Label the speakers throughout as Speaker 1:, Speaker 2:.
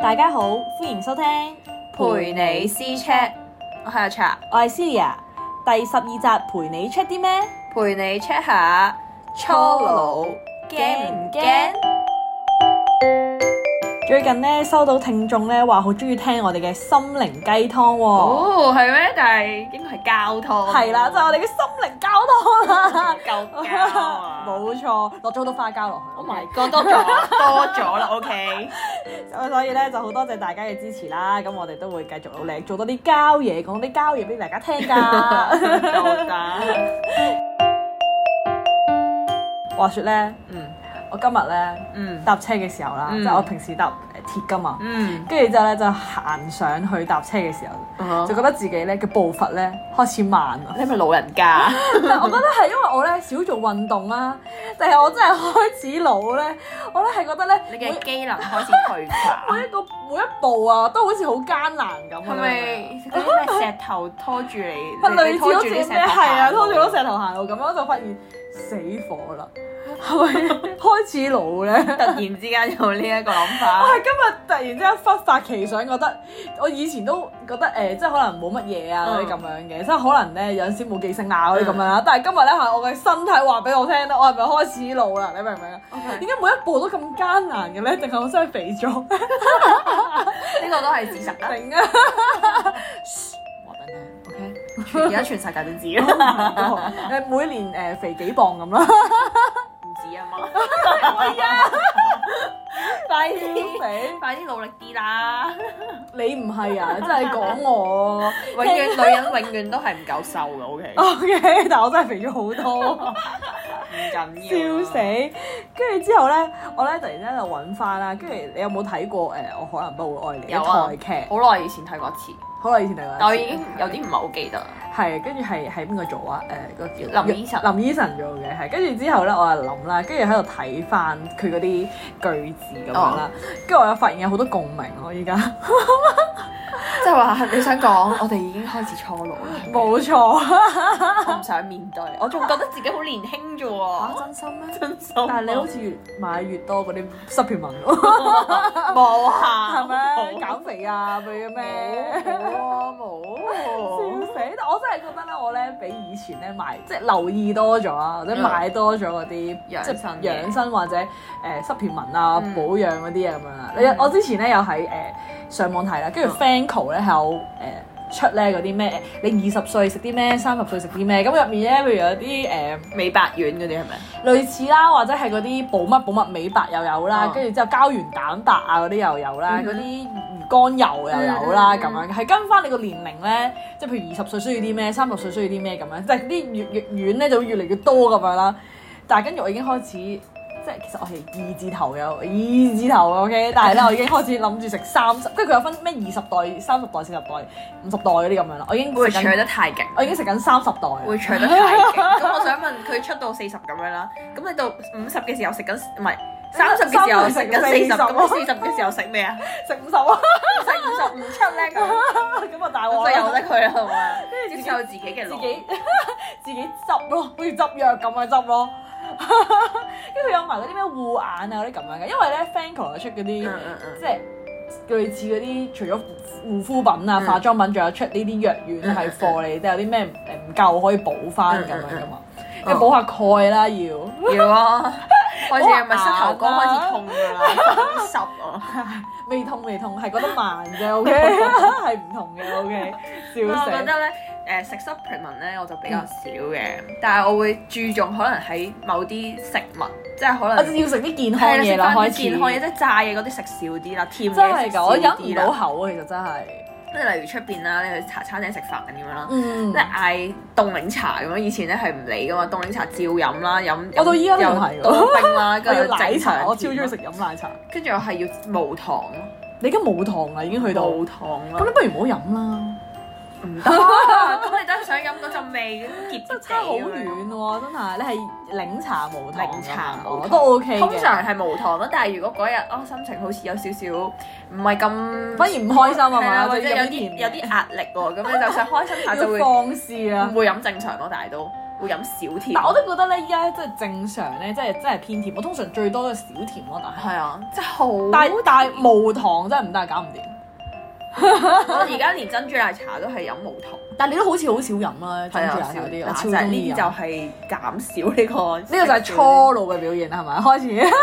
Speaker 1: 大家好，歡迎收聽
Speaker 2: 陪你私 chat，我係阿茶，
Speaker 1: 我係 Celia，第十二集陪你 check 啲咩？
Speaker 2: 陪你 check 下初老驚唔驚？
Speaker 1: 最近咧收到聽眾咧話好中意聽我哋嘅心靈雞湯喎，
Speaker 2: 哦，係咩？但係應該係交通，
Speaker 1: 係啦、就係我哋嘅心靈交湯啦，
Speaker 2: 夠交 啊！
Speaker 1: 冇錯，落咗好多花膠落去。
Speaker 2: ，Oh my god，多咗多咗啦，OK，
Speaker 1: 咁所以咧就好多謝大家嘅支持啦，咁我哋都會繼續努力做多啲交嘢，講啲交嘢俾大家聽㗎。
Speaker 2: 夠膽，
Speaker 1: 話說咧，
Speaker 2: 嗯
Speaker 1: 我今日咧
Speaker 2: 嗯
Speaker 1: 搭車嘅時候啦，
Speaker 2: 嗯
Speaker 1: 即係我平時搭呃鐵㗎嘛，
Speaker 2: 嗯，
Speaker 1: 跟住之後咧就行上去搭車嘅時候。
Speaker 2: 哦
Speaker 1: 就覺得自己咧嘅步伐咧開始慢啦
Speaker 2: 。你係咪老人家？
Speaker 1: 但我覺得係因為我咧少做運動啦，定係我真係開始老咧？我咧係覺得咧
Speaker 2: 你
Speaker 1: 每
Speaker 2: 嘅機能開始退化，
Speaker 1: 每一個每一步啊，都好似好艱難咁。啊
Speaker 2: 係咪嗰啲咩石頭拖 住你？
Speaker 1: 不類似
Speaker 2: 拖
Speaker 1: 好似
Speaker 2: 住啲
Speaker 1: 咩
Speaker 2: 石頭
Speaker 1: 係啊，
Speaker 2: 行
Speaker 1: 拖住
Speaker 2: 路
Speaker 1: 嗰石頭行路咁樣，我就發現死火啦，係 咪開始老咧？
Speaker 2: 突然之間有呢一個諗 法
Speaker 1: 我。係今日突然之間忽發奇想，覺得我以前都覺得誒、即係可能冇乜嘢啊嗰啲
Speaker 2: 嗯
Speaker 1: 咁樣嘅，即係可能咧有陣時冇記性啊嗰啲咁樣啦。但係今日咧係我嘅身體話俾我聽啦，我係咪開始老啦？你明唔明啊？
Speaker 2: OK
Speaker 1: 點解每一步都咁艱難嘅咧？定係我真係肥咗？
Speaker 2: 呢個都係事實啦。
Speaker 1: 定啊！話俾你聽
Speaker 2: OK，而家全世界都知啦，
Speaker 1: 誒每年誒、肥幾磅咁啦，
Speaker 2: 唔止啊嘛，啊
Speaker 1: 快啲肥！
Speaker 2: 快啲努力啲啦！
Speaker 1: 你唔係啊，真係講我。
Speaker 2: 永 遠女人永遠都係唔夠瘦嘅，OK，
Speaker 1: O、k 但我真係肥咗好 多。
Speaker 2: 唔緊要
Speaker 1: 笑
Speaker 2: 啊啦。
Speaker 1: 死！跟住之後咧，我咧突然間就揾翻啦。跟住你有冇睇過誒、我可能不會愛你
Speaker 2: 有
Speaker 1: 嘅
Speaker 2: 啊
Speaker 1: 台劇？
Speaker 2: 好耐以前睇過一次，
Speaker 1: 好耐以前睇過。
Speaker 2: 但我已經有啲唔係好記得啦。
Speaker 1: 係啊跟住係係邊個做啊？誒、個叫
Speaker 2: 林依晨
Speaker 1: 林醫生做嘅係。跟住之後咧，我就諗啦，跟住喺度睇翻佢嗰啲句子咁樣啦。跟住、我又發現有好多共鳴咯，依家
Speaker 2: 即係話你想講，我哋已經開始初老啦，
Speaker 1: 冇錯。
Speaker 2: 我唔想面對，我仲覺得自己好年輕啫喎。
Speaker 1: 真心啊咩？
Speaker 2: 真心，
Speaker 1: 但係你好似越買越多嗰啲 濕片文咯，
Speaker 2: 冇啊？
Speaker 1: 係咪？ 減肥啊，俾咩？
Speaker 2: 冇
Speaker 1: 笑死！但我真係覺得咧，我咧比以前咧買，即係留意多咗啊，或者
Speaker 2: 嗯
Speaker 1: 買多咗嗰啲
Speaker 2: 養
Speaker 1: 即係
Speaker 2: 生嘢
Speaker 1: 養生或者誒、呃、濕片紋啊、
Speaker 2: 嗯
Speaker 1: 保養嗰啲啊咁樣啦。
Speaker 2: 嗯
Speaker 1: 你我之前咧又喺誒、呃上網睇啦，跟住 Fanco 咧係有誒。呃出咧嗰啲咩？你二十歲食啲咩？三十歲食啲咩？咁入面咧，譬如有啲誒、呃、
Speaker 2: 美白丸嗰啲係咪？
Speaker 1: 類似啦，或者係嗰啲補乜補乜美白又有啦
Speaker 2: 嗯，
Speaker 1: 跟住之後膠原蛋白啊嗰啲又有啦，
Speaker 2: 嗯
Speaker 1: 嗰
Speaker 2: 哼
Speaker 1: 啲魚肝油又有啦，
Speaker 2: 嗯嗯
Speaker 1: 咁樣係跟翻你個年齡咧，即係譬如二十歲需要啲咩，三十歲需要啲咩咁樣，即係啲越越遠咧就會越嚟越多咁樣啦。但係跟住我已經開始，即係其實我係二字頭嘅，二字頭嘅 OK，但係咧我已經開始諗住食三十，跟住佢有分咩二十袋、三十袋、四十袋、五十袋嗰啲咁樣啦，我已經
Speaker 2: 會
Speaker 1: 食
Speaker 2: 取
Speaker 1: 緊
Speaker 2: 得太勁。
Speaker 1: 我已經食緊三十袋啦。
Speaker 2: 會搶得太勁。咁我想問佢出到四十咁樣啦，咁你到五十嘅時候食緊唔係三十嘅時候食緊四十，咁你四十嘅時候食咩啊？
Speaker 1: 食五十啊，
Speaker 2: 食五十唔出咧咁，
Speaker 1: 咁啊大鑊
Speaker 2: 咁
Speaker 1: 啦
Speaker 2: 就由得佢啦，係嘛？接受自己嘅
Speaker 1: 自
Speaker 2: 老，
Speaker 1: 己 自己執咯，好似執藥咁樣執咯。 跟住佢有埋嗰啲咩護眼啊嗰啲咁樣嘅，因為咧 Fancl 有出嗰
Speaker 2: 嗯
Speaker 1: 啲
Speaker 2: 嗯嗯
Speaker 1: 即係類似嗰啲，除咗護膚品啊、
Speaker 2: 嗯
Speaker 1: 化妝品，仲有出呢啲藥丸係貨你，即係有啲咩唔夠可以補翻咁樣噶嘛，
Speaker 2: 嗯
Speaker 1: 要補下鈣啦要。
Speaker 2: 要 啊！開始咪膝頭哥開始痛㗎啦，十啊！
Speaker 1: 未痛未痛，係覺得慢啫，OK，係 唔同嘅，OK，笑
Speaker 2: 我覺
Speaker 1: 死。
Speaker 2: 得咧。誒食 supplement 咧我就比較少嘅，
Speaker 1: 嗯
Speaker 2: 但係我會注重可能喺某啲食物，即係可
Speaker 1: 我
Speaker 2: 能
Speaker 1: 就要食啲健康
Speaker 2: 係啦
Speaker 1: 嘢啦，
Speaker 2: 食返
Speaker 1: 開
Speaker 2: 啲
Speaker 1: 始
Speaker 2: 健康嘢，即係炸嘢嗰啲食少啲啦，甜
Speaker 1: 真
Speaker 2: 嘢
Speaker 1: 係
Speaker 2: 食
Speaker 1: 㗎，
Speaker 2: 少
Speaker 1: 我忍唔
Speaker 2: 啲
Speaker 1: 到
Speaker 2: 啦。
Speaker 1: 口啊，其實真係。
Speaker 2: 即係例如出邊啦，你去茶餐廳食飯咁樣啦，
Speaker 1: 嗯
Speaker 2: 即係嗌凍檸茶咁樣。以前咧係唔理噶嘛，凍檸茶照飲啦，飲
Speaker 1: 我到依家都唔係
Speaker 2: 係
Speaker 1: 喎
Speaker 2: 凍冰啦，
Speaker 1: 我要
Speaker 2: 跟住
Speaker 1: 奶
Speaker 2: 整
Speaker 1: 茶，
Speaker 2: 糖
Speaker 1: 我超中意
Speaker 2: 甜
Speaker 1: 食飲奶茶。
Speaker 2: 跟住我係要無糖咯，
Speaker 1: 你而家冇糖啊啦，已經去到，咁
Speaker 2: 無糖
Speaker 1: 你
Speaker 2: 啦，
Speaker 1: 不如唔好飲啦。
Speaker 2: 唔得。 咁你都係想飲嗰陣味，結
Speaker 1: 真
Speaker 2: 結
Speaker 1: 係差好
Speaker 2: 地咁樣
Speaker 1: 遠喎，真係。你係檸茶無糖㗎嘛，哦
Speaker 2: 檸茶無糖
Speaker 1: 我都 OK 嘅
Speaker 2: 通常係無糖咯，但係如果嗰日啊心情好似有少少唔係咁，
Speaker 1: 反而唔開心啊
Speaker 2: 係啦
Speaker 1: 嘛，
Speaker 2: 或者有
Speaker 1: 就
Speaker 2: 啲
Speaker 1: 甜嘢
Speaker 2: 有啲壓力喎，咁你就想開心下就
Speaker 1: 要
Speaker 2: 會。
Speaker 1: 放肆啊
Speaker 2: 唔。會飲正常咯，但係都會飲少甜。
Speaker 1: 嗯但我都覺得咧，依家即係正常咧，即係真係偏甜。我通常最多都係少甜咯，但係
Speaker 2: 係啊，真係好。
Speaker 1: 但係但係無糖真係唔得，啊搞唔掂。
Speaker 2: 我而家連珍珠奶茶都係飲無糖。
Speaker 1: 但係你都好似好少飲啦，珍珠奶茶嗰
Speaker 2: 少
Speaker 1: 啊啲，
Speaker 2: 嗱
Speaker 1: 我超
Speaker 2: 就係
Speaker 1: 中
Speaker 2: 呢
Speaker 1: 意
Speaker 2: 啲
Speaker 1: 飲。
Speaker 2: 就
Speaker 1: 呢
Speaker 2: 係減少呢 個。
Speaker 1: 個
Speaker 2: 呢
Speaker 1: 就係初老嘅表現啦，係咪？開始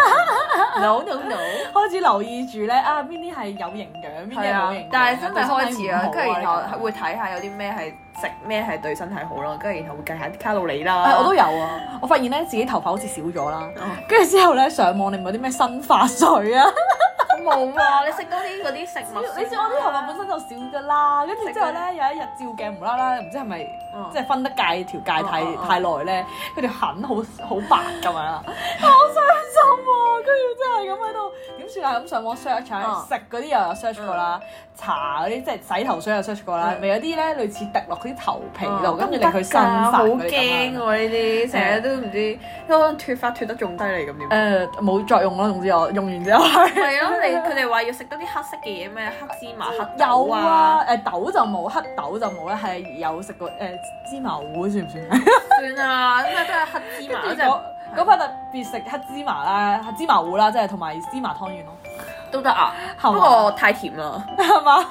Speaker 2: No no no。
Speaker 1: 開始留意住咧啊，邊啲係有營養，邊啲係
Speaker 2: 係
Speaker 1: 冇
Speaker 2: 啊
Speaker 1: 營養，
Speaker 2: 但係真係開始啊，跟住然後
Speaker 1: 會
Speaker 2: 會睇下有啲咩係食咩係對身體好咯，跟住然後會計下啲卡路里啦。
Speaker 1: 誒我都有啊，我發現咧自己頭髮好似少咗啦。
Speaker 2: 哦
Speaker 1: 跟住之後咧，上網你咪有啲咩生髮水啊？
Speaker 2: 我冇啊！你食多啲嗰啲食物先啊，啊
Speaker 1: 你知我啲頭髮本身就少噶啦，跟住之後咧有一日照鏡無啦啦，唔知係咪
Speaker 2: 嗯
Speaker 1: 即係分得界條界太
Speaker 2: 嗯嗯嗯
Speaker 1: 太耐咧，佢條痕好好白咁樣啦，好傷心喎！跟住真係咁喺度點算啊？咁上網 search 下
Speaker 2: 嗯
Speaker 1: 食嗰啲又有 search 過啦，搽嗰啲即係洗頭水又 search 過啦，
Speaker 2: 嗯
Speaker 1: 咪有啲咧類似滴落佢啲頭皮度，
Speaker 2: 嗯
Speaker 1: 跟住令佢生
Speaker 2: 得㗎
Speaker 1: 髮
Speaker 2: 好
Speaker 1: 嗰啲
Speaker 2: 驚喎
Speaker 1: 咁樣。啊
Speaker 2: 呢啲，成日都唔知，可能脱髮脱得仲低嚟咁 點？
Speaker 1: 誒冇作用咯，總之我用完 之後係。
Speaker 2: 係咯，你佢哋話要食多啲黑色嘅嘢咩？黑芝麻、黑
Speaker 1: 有
Speaker 2: 豆
Speaker 1: 啊，
Speaker 2: 啊，
Speaker 1: 誒豆就冇，黑豆就冇啦，係有食過誒芝麻糊算唔算？啊
Speaker 2: 算啦，咁啊都係黑芝麻，即係
Speaker 1: 嗰嗰排特別食黑芝麻啦、黑芝麻糊啦，即係同埋芝麻湯圓咯，
Speaker 2: 都得啊。
Speaker 1: 係
Speaker 2: 不
Speaker 1: 嘛
Speaker 2: 過太甜啦，
Speaker 1: 係嘛？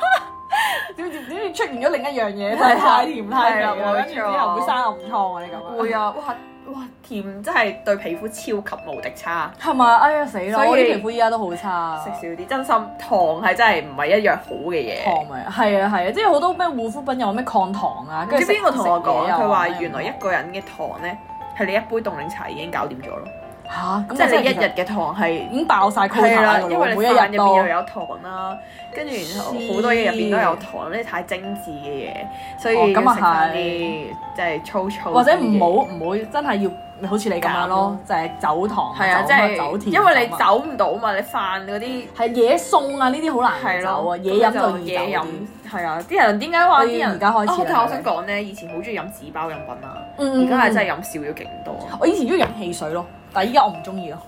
Speaker 1: 點點點知出現咗另一樣嘢，就係啊太甜太
Speaker 2: 係啦
Speaker 1: 甜啦，跟住
Speaker 2: 冇錯
Speaker 1: 之後會生暗瘡啊！你咁樣
Speaker 2: 會啊，哇哇甜真係對皮膚超級無敵差，
Speaker 1: 係咪？哎呀死啦！
Speaker 2: 所以
Speaker 1: 我啲皮膚依家都好差。
Speaker 2: 食少啲，真心糖係真係唔係一樣好嘅嘢。
Speaker 1: 糖咪係啊係啊，即係好多咩護膚品有咩抗糖啊，
Speaker 2: 唔
Speaker 1: 跟
Speaker 2: 知
Speaker 1: 住食
Speaker 2: 邊個同我講，
Speaker 1: 食嘢啊
Speaker 2: 佢話原來一個人嘅糖咧係你一杯凍檸茶已經搞掂咗咯，
Speaker 1: 嚇，咁
Speaker 2: 即係
Speaker 1: 我
Speaker 2: 你一
Speaker 1: 真
Speaker 2: 日
Speaker 1: 係
Speaker 2: 嘅糖係
Speaker 1: 已經爆晒 quota
Speaker 2: 係啦，
Speaker 1: 㗎
Speaker 2: 因
Speaker 1: 咯喎，
Speaker 2: 為你
Speaker 1: 每一
Speaker 2: 飯
Speaker 1: 日
Speaker 2: 入邊又
Speaker 1: 都。
Speaker 2: 有糖啦，跟住然後好多嘢入邊都有糖，呢啲太精緻嘅嘢，所以
Speaker 1: 哦咁啊
Speaker 2: 食翻啲即係粗粗
Speaker 1: 或者
Speaker 2: 啲嘅
Speaker 1: 唔好唔好真係要好似你咁樣咯，就係走糖，
Speaker 2: 係啊，
Speaker 1: 走
Speaker 2: 即
Speaker 1: 乜走
Speaker 2: 係
Speaker 1: 甜，
Speaker 2: 因為你
Speaker 1: 走
Speaker 2: 走唔到嘛，你飯嗰啲
Speaker 1: 係嘢餸啊，呢啲好難
Speaker 2: 係
Speaker 1: 走
Speaker 2: 咯
Speaker 1: 啊，，嘢飲就
Speaker 2: 咁
Speaker 1: 易
Speaker 2: 嘢
Speaker 1: 走
Speaker 2: 飲
Speaker 1: 啲。
Speaker 2: 係啊，啲人點解話啲
Speaker 1: 你
Speaker 2: 人
Speaker 1: 而家開始
Speaker 2: 哦
Speaker 1: 啦
Speaker 2: 但係我想講咧，以前好中意飲紙包飲品啦，
Speaker 1: 嗯
Speaker 2: 而家係真
Speaker 1: 係，
Speaker 2: 係飲少咗勁多。
Speaker 1: 我以前中意飲汽水咯，但係依家我唔中意咯。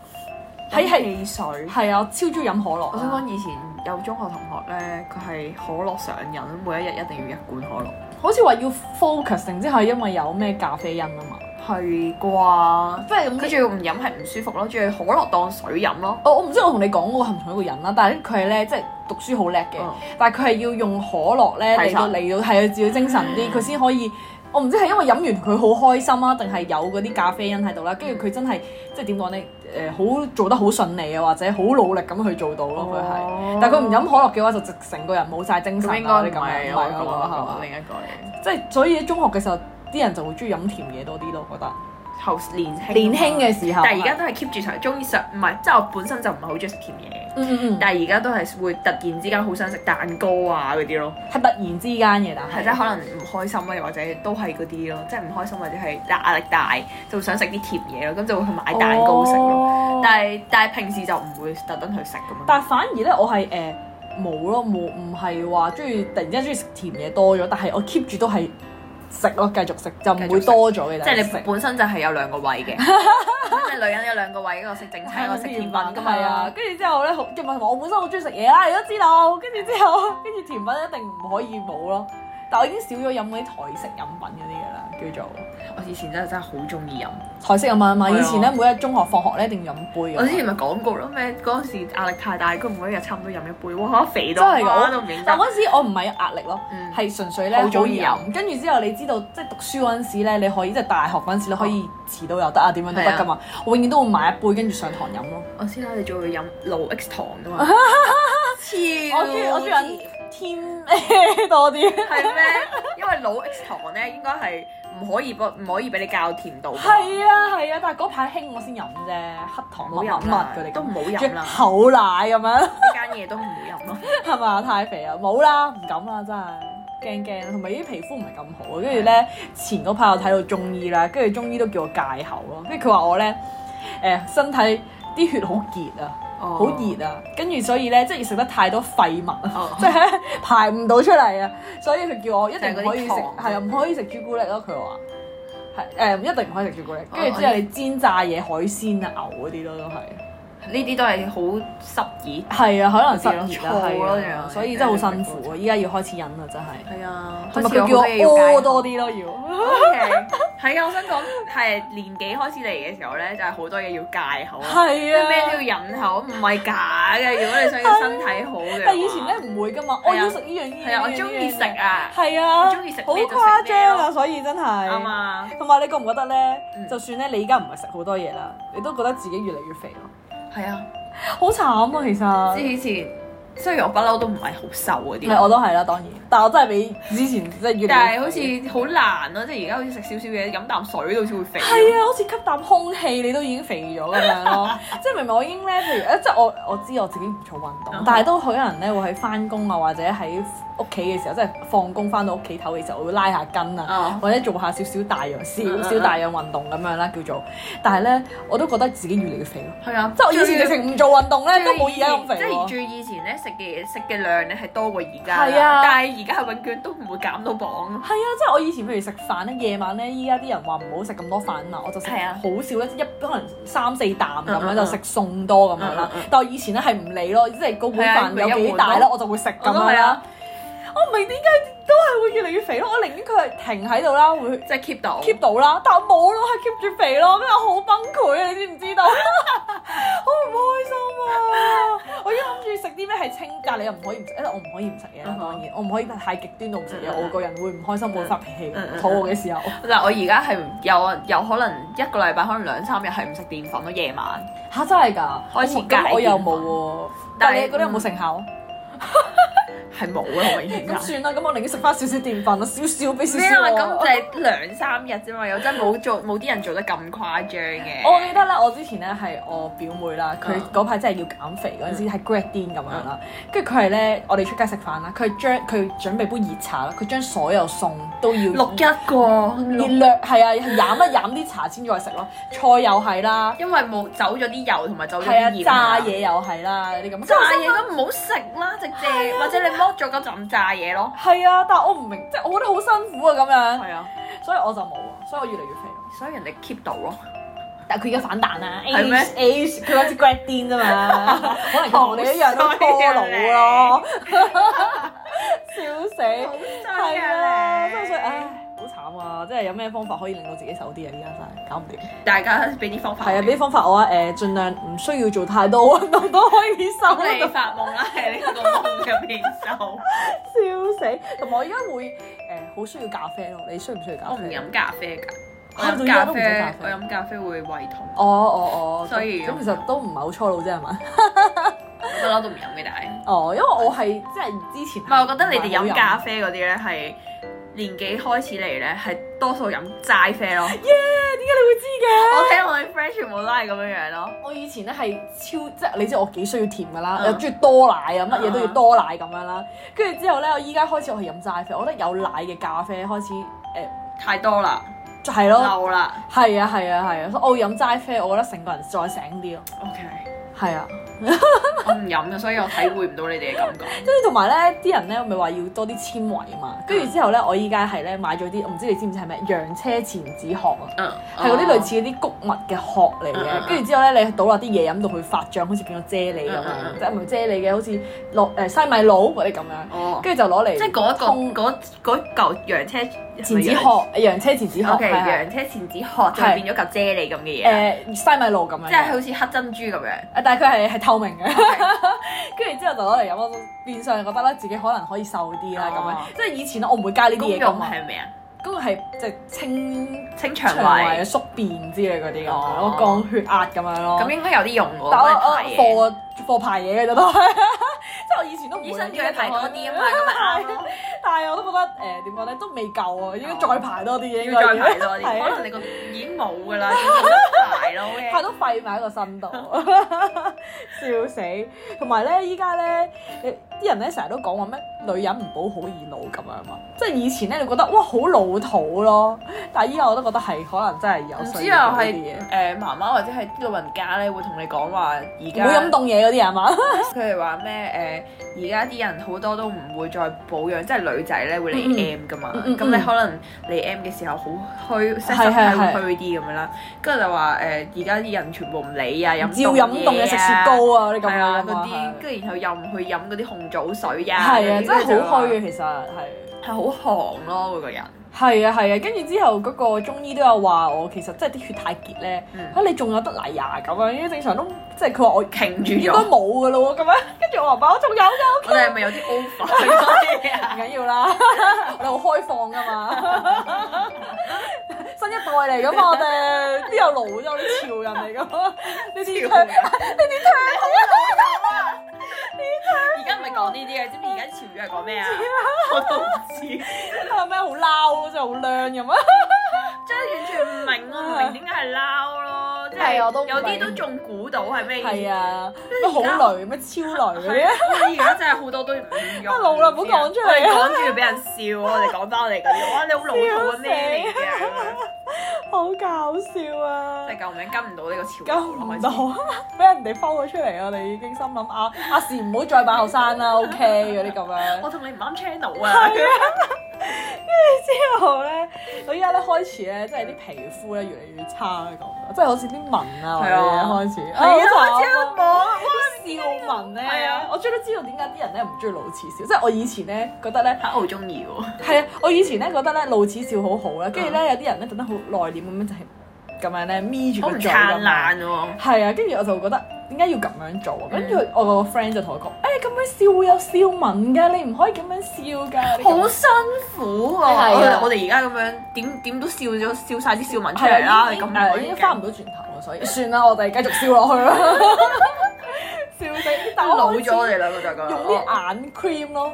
Speaker 1: 係係
Speaker 2: 汽水。
Speaker 1: 係啊，我超中意飲可樂
Speaker 2: 我想
Speaker 1: 啊。
Speaker 2: 講以前有中學同學咧，佢係可樂上癮，每一日一定要一罐可樂。
Speaker 1: 好似話要 focus，定之係因為有咩咖啡因啊嘛。即係
Speaker 2: 係啩？佢
Speaker 1: 咁，
Speaker 2: 仲要唔飲係唔舒服咯，仲要可樂當水飲咯。
Speaker 1: 我我唔知我同你講嗰個係唔同一個人啦，但係佢係咧即係讀書好叻嘅。
Speaker 2: 嗯
Speaker 1: 但係佢係要用可樂咧
Speaker 2: 提
Speaker 1: 嚟
Speaker 2: 神
Speaker 1: 到嚟到係要自己精神啲，佢先可 以。我唔知係因為飲完佢好開心啊，定係有嗰啲咖啡因喺度啦，跟住佢真係即係點講咧？誒、好做得好順利啊，或者好努力咁去做到咯，佢係。
Speaker 2: 哦
Speaker 1: 但係佢唔飲可樂嘅話，就直成個人冇晒精神
Speaker 2: 咁應該
Speaker 1: 啊！
Speaker 2: 唔
Speaker 1: 你咁樣啊
Speaker 2: 係
Speaker 1: 唔
Speaker 2: 我
Speaker 1: 係㗎嘛係
Speaker 2: 講
Speaker 1: 嘛
Speaker 2: 另一個嚟。
Speaker 1: 即係所以喺中學嘅時候，啲人就會中意飲甜嘢多啲咯，我覺得。
Speaker 2: 後年輕
Speaker 1: 啊
Speaker 2: 啊
Speaker 1: 年輕，嘅時候，
Speaker 2: 但係而家都係 keep 住上，中意食唔係，即係我本身就唔係好中意食甜嘢，
Speaker 1: 嗯嗯嗯，
Speaker 2: 但係而家都係會突然之間好想食蛋糕啊嗰啲咯，
Speaker 1: 係突然之間嘅，但係
Speaker 2: 係即係可能唔開心啦，又或者都係嗰啲咯，即係唔開心或者係壓力大，就會想食啲甜嘢咯，咁就會去買蛋糕食咯。
Speaker 1: 哦
Speaker 2: 但係但係平時就唔會特登去食咁嘛。
Speaker 1: 但係反而咧，我係誒冇咯，冇唔係話中意突然之間中意食甜嘢多咗，但係我 keep 住都係食咯，繼續食就唔會多咗嘅。
Speaker 2: 即係
Speaker 1: 但
Speaker 2: 你
Speaker 1: 食
Speaker 2: 本身就係有兩個胃 嘅，咁你女人有兩個胃，一個食正餐，一個食甜品㗎嘛。
Speaker 1: 係啊，跟住之後咧，好唔係我本身好中意食嘢啦，你都知道。跟住之後，跟住甜品一定唔可以冇咯。但我已經少咗飲嗰啲台式飲品嗰啲嘅啦，叫做
Speaker 2: 我以前真係真係好中意飲，
Speaker 1: 台式飲品啊嘛。
Speaker 2: 係啊
Speaker 1: 以前咧，每日中學放學咧一定要飲杯嘅。
Speaker 2: 我之前咪講過咯咩？嗰陣時壓力太大，佢每一日差唔多飲一杯，哇！肥到
Speaker 1: 真係㗎
Speaker 2: 媽都唔認
Speaker 1: 但
Speaker 2: 得。
Speaker 1: 嗰陣時我唔係有壓力咯
Speaker 2: 嗯，
Speaker 1: 係、純粹咧
Speaker 2: 好啊早已
Speaker 1: 好跟住之後你知道，即係讀書嗰陣時咧，你可以即係大學嗰陣時你可
Speaker 2: 哦
Speaker 1: 以遲到又得啊，點樣都得噶嘛。我永遠都會買一杯跟住上堂飲咯。
Speaker 2: 我知啦，你仲會飲露 X 糖㗎 嘛？超
Speaker 1: 我中意我中意飲天多啲。
Speaker 2: 係咩？因為露 X 糖咧應該係唔可以不唔可以俾你較甜度㗎嘛。
Speaker 1: 係啊係啊，但係嗰排興我先飲啫，黑糖
Speaker 2: 唔好
Speaker 1: 乜
Speaker 2: 飲
Speaker 1: 乜
Speaker 2: 啦
Speaker 1: 乜嗰啲，
Speaker 2: 都唔好
Speaker 1: 仲
Speaker 2: 飲
Speaker 1: 要
Speaker 2: 啦，
Speaker 1: 厚奶咁樣，
Speaker 2: 呢間嘢都唔好飲咯。
Speaker 1: 係嘛？太肥啦，冇啦，唔敢啦，真係。驚驚，啊同埋啲皮膚唔係咁好，啊跟住咧前嗰排我睇到中醫啦，跟住中醫都叫我戒口咯，跟住佢話我咧 誒、身體啲血好結啊，好
Speaker 2: 好
Speaker 1: 熱啊，跟住所以咧，即係食得太多廢物啊，
Speaker 2: 哦
Speaker 1: 即係排唔到出嚟啊，所以佢叫我一定唔可以食，
Speaker 2: 就係嗰啲糖
Speaker 1: 係啊，唔可以食朱古力咯，佢話係誒，一定唔可以食朱古力，
Speaker 2: 哦
Speaker 1: 跟住之後你煎炸嘢、海鮮啊、牛嗰啲咯，都係
Speaker 2: 呢啲都係好濕熱。
Speaker 1: 係啊，可能失業啦，
Speaker 2: 燥
Speaker 1: 係
Speaker 2: 咯
Speaker 1: 啊，
Speaker 2: 又
Speaker 1: 所以真係好辛苦啊！依家要開始忍啦，真係。
Speaker 2: 係啊，
Speaker 1: 同埋
Speaker 2: 開始有
Speaker 1: 佢叫
Speaker 2: 好
Speaker 1: 我屙
Speaker 2: 多嘢要戒
Speaker 1: 多啲咯，要。
Speaker 2: 係啊，我想講係年紀開始嚟嘅時候咧，就係好多嘢要戒口啊，即
Speaker 1: 係
Speaker 2: 係
Speaker 1: 啊。
Speaker 2: 咩都要忍口，唔係假嘅。如果你想要身體好嘅，
Speaker 1: 但係以前咧，唔會噶嘛，
Speaker 2: 啊係啊
Speaker 1: 我要食呢樣呢樣。
Speaker 2: 係啊，我中意食。啊，
Speaker 1: 係啊，
Speaker 2: 中意食咩
Speaker 1: 好
Speaker 2: 就食咩咯
Speaker 1: 誇張啊！所以真係。
Speaker 2: 啱啊，
Speaker 1: 同埋你覺唔覺得咧？
Speaker 2: 嗯
Speaker 1: 就算咧你而家唔係食好多嘢啦，你都覺得自己越嚟越肥咯，
Speaker 2: 係啊，
Speaker 1: 好慘啊！其
Speaker 2: 即
Speaker 1: 實。
Speaker 2: 係以前雖然我不嬲都唔係好瘦嗰
Speaker 1: 係我
Speaker 2: 啲，
Speaker 1: 都係啦，當然，但係我真係比之前即係越嚟越肥。
Speaker 2: 但係好似好難咯，即係而家好似食少少嘢，飲啖水都好似會肥。
Speaker 1: 係啊，好似吸啖空氣你都已經肥咗咁樣 咯，即係明明我已經咧，譬如誒，即係我我知我自己唔做運動
Speaker 2: 嗯，
Speaker 1: 但係都好多人咧會喺翻工啊，或者喺屋企嘅時候，即係放工翻到屋企唞嘅時候，我會拉下筋啊，
Speaker 2: 啊，
Speaker 1: 或者做下少少大氧少
Speaker 2: 嗯嗯
Speaker 1: 少大氧運動咁樣啦，叫做。但係咧，我都覺得自己越嚟越肥咯，
Speaker 2: 係啊，
Speaker 1: 即係我以前直情唔做運動咧，都冇而家咁肥
Speaker 2: 即係
Speaker 1: 喎。
Speaker 2: 最以前咧食嘅食嘅量咧係多過而家啦，
Speaker 1: 係啊
Speaker 2: 但係而家係永遠都唔會減到磅咯。
Speaker 1: 係啊，即係我以前譬如食飯咧，夜晚咧，依家啲人話唔好食咁多飯啊嘛，我就食
Speaker 2: 係啊
Speaker 1: 好少咧，一可能三四啖咁
Speaker 2: 嗯
Speaker 1: 樣
Speaker 2: 嗯
Speaker 1: 就食餸多咁樣啦
Speaker 2: 嗯嗯嗯。
Speaker 1: 但我以前咧係唔理咯，即係個碗飯
Speaker 2: 係啊
Speaker 1: 有幾大
Speaker 2: 咪一碗
Speaker 1: 咧
Speaker 2: 咯，
Speaker 1: 我就會食
Speaker 2: 我
Speaker 1: 咁
Speaker 2: 都
Speaker 1: 樣
Speaker 2: 係
Speaker 1: 啦
Speaker 2: 啊。，
Speaker 1: 我唔明點解都係會越嚟越肥咯，我寧願佢係停喺度啦，會
Speaker 2: 即係 keep 到。
Speaker 1: keep 到啦，但我冇咯，係 keep 住肥咯，咁我好崩潰啊！你知唔知道？好唔開心啊！我一諗住食啲咩係清淡，你又唔可以唔食，因為我唔可以唔食嘢啦
Speaker 2: 嗯。哼
Speaker 1: 當然，我唔可以太極端到唔食嘢，
Speaker 2: 嗯嗯
Speaker 1: 我個人會唔開心，會發脾氣
Speaker 2: 嗯嗯，嗯
Speaker 1: 肚餓嘅時候。
Speaker 2: 嗱，我而家係有有可能一個禮拜，可能兩三日係唔食澱粉咯，夜晚。
Speaker 1: 嚇真係㗎，
Speaker 2: 開始
Speaker 1: 我
Speaker 2: 戒
Speaker 1: 咁我又
Speaker 2: 澱粉
Speaker 1: 冇喎。但
Speaker 2: 但
Speaker 1: 係
Speaker 2: 係
Speaker 1: 你覺得有冇成效？
Speaker 2: 係冇咯，好明顯
Speaker 1: 咁
Speaker 2: 就。
Speaker 1: 算啦，咁我寧願食翻少少澱粉啦，少少俾 少
Speaker 2: 咩
Speaker 1: 少
Speaker 2: 啊？
Speaker 1: 我。
Speaker 2: 咁就係兩三日啫嘛，又真係冇做冇啲人做得咁誇張嘅。
Speaker 1: 我記得咧，我之前咧係我表妹啦，佢
Speaker 2: 嗯
Speaker 1: 嗰排真係要減肥嗰陣時，係 grad din 咁樣啦。跟住佢係咧，我哋出街食飯啦，佢係將佢準備杯熱茶啦，佢將所有餸都要
Speaker 2: 六一個
Speaker 1: 熱
Speaker 2: 六，
Speaker 1: 略係啊，飲一飲啲茶先再食咯。菜又係啦，
Speaker 2: 因為冇走咗啲油同埋走咗
Speaker 1: 係啊
Speaker 2: 啲，鹽
Speaker 1: 炸嘢又係啦，嗰啲咁。
Speaker 2: 炸嘢都唔好食啦，直接或者你剝咗嗰陣炸嘢咯。
Speaker 1: 係啊，但係我唔明，即係我覺得好辛苦啊咁樣，
Speaker 2: 係啊，
Speaker 1: 所以我就冇啊，所以我越嚟越肥咯。
Speaker 2: 所以人哋 keep 到咯。
Speaker 1: 但係佢而家反彈啦
Speaker 2: 係咩
Speaker 1: ，age age 佢開始 grad din 啫嘛， 可能佢同你一樣都多腦咯， 笑死，
Speaker 2: 好
Speaker 1: 係
Speaker 2: 衰
Speaker 1: 啊，
Speaker 2: 啊！
Speaker 1: 真係唉，好慘啊！即係有咩方法可以令到自己瘦啲啊？依家真係搞唔掂。
Speaker 2: 大家俾啲方法我
Speaker 1: 係
Speaker 2: 哋。
Speaker 1: 啊，俾啲方法我啊，誒，盡量唔需要做太多 運動都可以瘦
Speaker 2: 咁你
Speaker 1: 得到，
Speaker 2: 發夢啦，喺呢個夢入邊就。
Speaker 1: 笑死。同埋我而家會誒好需要咖啡咯，你需唔需要咖
Speaker 2: 我唔
Speaker 1: 啡？
Speaker 2: 飲咖啡㗎，我
Speaker 1: 嚇
Speaker 2: 飲咖
Speaker 1: 到而家都唔飲咖啡，
Speaker 2: 啡我飲咖啡會胃痛，
Speaker 1: 哦哦哦，
Speaker 2: 所以
Speaker 1: 咁其實都唔係好初老啫係嘛？
Speaker 2: 我不嬲都唔飲嘅，但係
Speaker 1: 哦，因為我係即係之前
Speaker 2: 唔係，我覺得你哋
Speaker 1: 唔係
Speaker 2: 飲
Speaker 1: 好
Speaker 2: 咖啡嗰啲咧係年紀開始嚟咧係多數飲齋啡咯。
Speaker 1: 耶點解你會知嘅？
Speaker 2: 我聽我啲 friend 全部都係咁樣樣咯，
Speaker 1: 我以前咧係超即係你知我幾需要甜噶啦，
Speaker 2: 嗯
Speaker 1: 又中意多奶啊，乜嘢都要
Speaker 2: 嗯
Speaker 1: 多奶咁樣啦。跟住之後咧，我依家開始我係飲齋啡，我覺得有奶嘅咖啡開始誒
Speaker 2: 太多啦，
Speaker 1: 就係咯，
Speaker 2: 漏啦。
Speaker 1: 係啊係啊係啊，所以我會飲齋啡，我覺得成個人再醒啲咯。
Speaker 2: OK，
Speaker 1: 係啊，
Speaker 2: 我唔飲嘅，啊所以我體會唔到你哋嘅感覺。
Speaker 1: 跟住同埋咧，啲人咧咪話要多啲纖維啊嘛。跟住之後咧，我依家係咧買咗啲，我唔知你知唔知係咩洋車前子殼啊。
Speaker 2: 嗯，
Speaker 1: 係嗰啲類似嗰啲谷物嘅殼嚟
Speaker 2: 嗯嗯
Speaker 1: 嘅，
Speaker 2: 嗯
Speaker 1: 跟住之後咧，你倒落啲嘢飲到佢發脹，好似變咗啫喱咁
Speaker 2: 嗯
Speaker 1: 樣，
Speaker 2: 嗯嗯
Speaker 1: 即係唔係啫喱嘅，好似落誒西米露嗰啲咁樣，
Speaker 2: 哦，
Speaker 1: 跟住就攞嚟
Speaker 2: 即係嗰一
Speaker 1: 通
Speaker 2: 個嗰嗰嚿洋車
Speaker 1: 前子殼，洋車前子殼
Speaker 2: O K，
Speaker 1: 係係
Speaker 2: 洋車前子殼就
Speaker 1: 係
Speaker 2: 變咗嚿啫喱咁嘅嘢啦，
Speaker 1: 誒西米露咁樣，
Speaker 2: 即係好似黑珍珠咁樣。
Speaker 1: 但係佢係係透明嘅，
Speaker 2: OK
Speaker 1: 跟住之後就攞嚟飲，我變相覺得咧自己可能可以瘦啲啦咁
Speaker 2: 哦
Speaker 1: 樣，即係以前我唔會加呢啲
Speaker 2: 公
Speaker 1: 嘢
Speaker 2: 用
Speaker 1: 㗎嘛，
Speaker 2: 係咩啊？
Speaker 1: 咁個係即係清
Speaker 2: 清腸
Speaker 1: 腸胃啊、
Speaker 2: 胃，
Speaker 1: 宿便之類嗰啲咁
Speaker 2: 哦
Speaker 1: 樣，降血壓咁樣咯。
Speaker 2: 咁應該有啲用
Speaker 1: 但我我
Speaker 2: 喎。我
Speaker 1: 貨貨牌嘢嘅啫都係， 即係我以前都唔會
Speaker 2: 醫生
Speaker 1: 呢
Speaker 2: 叫你排多
Speaker 1: 種
Speaker 2: 啲啊嘛，咁咪啱咯。
Speaker 1: 但係我都覺得誒點講咧，都未夠啊，應該再排多啲嘢，應該
Speaker 2: 哦要再排多
Speaker 1: 係
Speaker 2: 啲，
Speaker 1: 啊
Speaker 2: 可能你個已經冇㗎啦，已經冇得排咯。
Speaker 1: 排
Speaker 2: OK
Speaker 1: 到廢埋喺個身度， 笑死！同埋咧，依家咧，你啲人咧成日都講話咩女人唔好好易老咁樣嘛。即係以前咧，你覺得哇好老土咯，但係依家我都覺得係可能真係有
Speaker 2: 唔
Speaker 1: 需
Speaker 2: 知
Speaker 1: 要
Speaker 2: 啊，
Speaker 1: 呢啲嘢
Speaker 2: 係。誒媽媽或者係啲老人家咧，會同你講話而
Speaker 1: 唔
Speaker 2: 家
Speaker 1: 好飲凍嘢嗰啲係嘛？
Speaker 2: 佢哋話咩誒？而家啲人好多都唔會再保養，即係女仔咧會嚟 M 噶嘛。咁、
Speaker 1: 嗯嗯
Speaker 2: 你可能嚟 M 嘅時候好虛，即係
Speaker 1: 係
Speaker 2: 身
Speaker 1: 係
Speaker 2: 體會虛啲咁樣啦。跟住就話誒，而家啲人全部唔理啊，飲
Speaker 1: 照飲凍嘢食雪糕啊，你咁
Speaker 2: 係
Speaker 1: 樣
Speaker 2: 啊
Speaker 1: 啊
Speaker 2: 嗰啲，跟住然後又唔去飲嗰啲紅棗水啊，
Speaker 1: 係啊，真係好虛
Speaker 2: 虛，
Speaker 1: 嘅其實係。
Speaker 2: 係好寒咯，每個人。
Speaker 1: 係啊係啊，跟住之後嗰個中醫都有話我其實即係啲血太結咧，
Speaker 2: 嗯
Speaker 1: 嚇、你仲有得嚟啊咁樣，因為正常都即係佢話 我應
Speaker 2: 傾住
Speaker 1: 該
Speaker 2: 咗，
Speaker 1: 冇噶咯喎咁樣，跟住我話唔係我仲有㗎，
Speaker 2: 我哋係咪有啲 over 咗啲啊
Speaker 1: 唔緊要啦， 我哋好開放噶嘛， 新一代嚟噶嘛我哋，邊有老啫，我啲潮人嚟 噶嘛，呢啲
Speaker 2: 潮人
Speaker 1: 呢啲
Speaker 2: 而家唔係講呢啲嘅，知唔知而家啲潮語係講 咩啊？我都唔知，
Speaker 1: 聽係啊咩好撈，真係好靚咁啊！
Speaker 2: 真係完全唔明，我唔明點解係撈咯，即係
Speaker 1: 係我都唔明
Speaker 2: 有啲都仲估到係咩意思。
Speaker 1: 係
Speaker 2: 啊，
Speaker 1: 啊，咩好雷咩超雷嗰啲。
Speaker 2: 而家真係好多都唔用。
Speaker 1: 老啦唔好講出嚟啊
Speaker 2: 我哋講住俾人笑，我哋講翻我哋嗰啲，哇！你好老土啊咩 嚟嘅？
Speaker 1: 好搞笑啊！
Speaker 2: 真係救命，跟唔到呢個潮
Speaker 1: 救
Speaker 2: 流啦
Speaker 1: 唔
Speaker 2: 開
Speaker 1: 到
Speaker 2: 始。
Speaker 1: 啊！俾人哋剖咗出嚟，我哋已經心諗啊，阿時唔好再扮後生啦，OK 嗰啲咁樣。
Speaker 2: 我同你唔啱 channel 啊！
Speaker 1: 之後咧，我依家咧開始咧，即係啲皮膚咧越嚟越差咁樣，即係好似啲紋啊
Speaker 2: 係啊
Speaker 1: 或者開始，
Speaker 2: 係啊，
Speaker 1: 好
Speaker 2: 我
Speaker 1: 慘
Speaker 2: 超冇。
Speaker 1: 啲笑紋
Speaker 2: 係
Speaker 1: 咧
Speaker 2: 啊，
Speaker 1: 我終於都知道點解啲人咧唔中意露齒笑，即係我以前咧覺得咧。
Speaker 2: 嚇！ 我好中意喎，
Speaker 1: 係啊，我以前咧覺得咧露齒笑好好啦，跟住
Speaker 2: 嗯
Speaker 1: 咧有啲人咧等得好內斂咁樣就係咁樣咧眯住
Speaker 2: 好
Speaker 1: 個
Speaker 2: 唔
Speaker 1: 嘴咁
Speaker 2: 燦
Speaker 1: 樣。
Speaker 2: 爛喎。
Speaker 1: 係啊，跟住我就覺得點解要咁樣做啊？跟住我個 friend 就同我講：，誒、哎咁樣笑會有笑紋㗎，你唔可以咁樣笑㗎。你咁樣
Speaker 2: 好辛苦喎！
Speaker 1: 係啊
Speaker 2: 我哋我哋而家咁樣點點都笑咗笑晒啲笑紋出嚟啦，
Speaker 1: 係
Speaker 2: 你咁
Speaker 1: 啊
Speaker 2: 樣
Speaker 1: 已經翻唔到轉頭啦，所以算啦，我哋繼續笑落去啦。 笑死！但我
Speaker 2: 老
Speaker 1: 開始
Speaker 2: 咗我哋兩個再
Speaker 1: 用
Speaker 2: 講。
Speaker 1: 啲眼 cream 咯。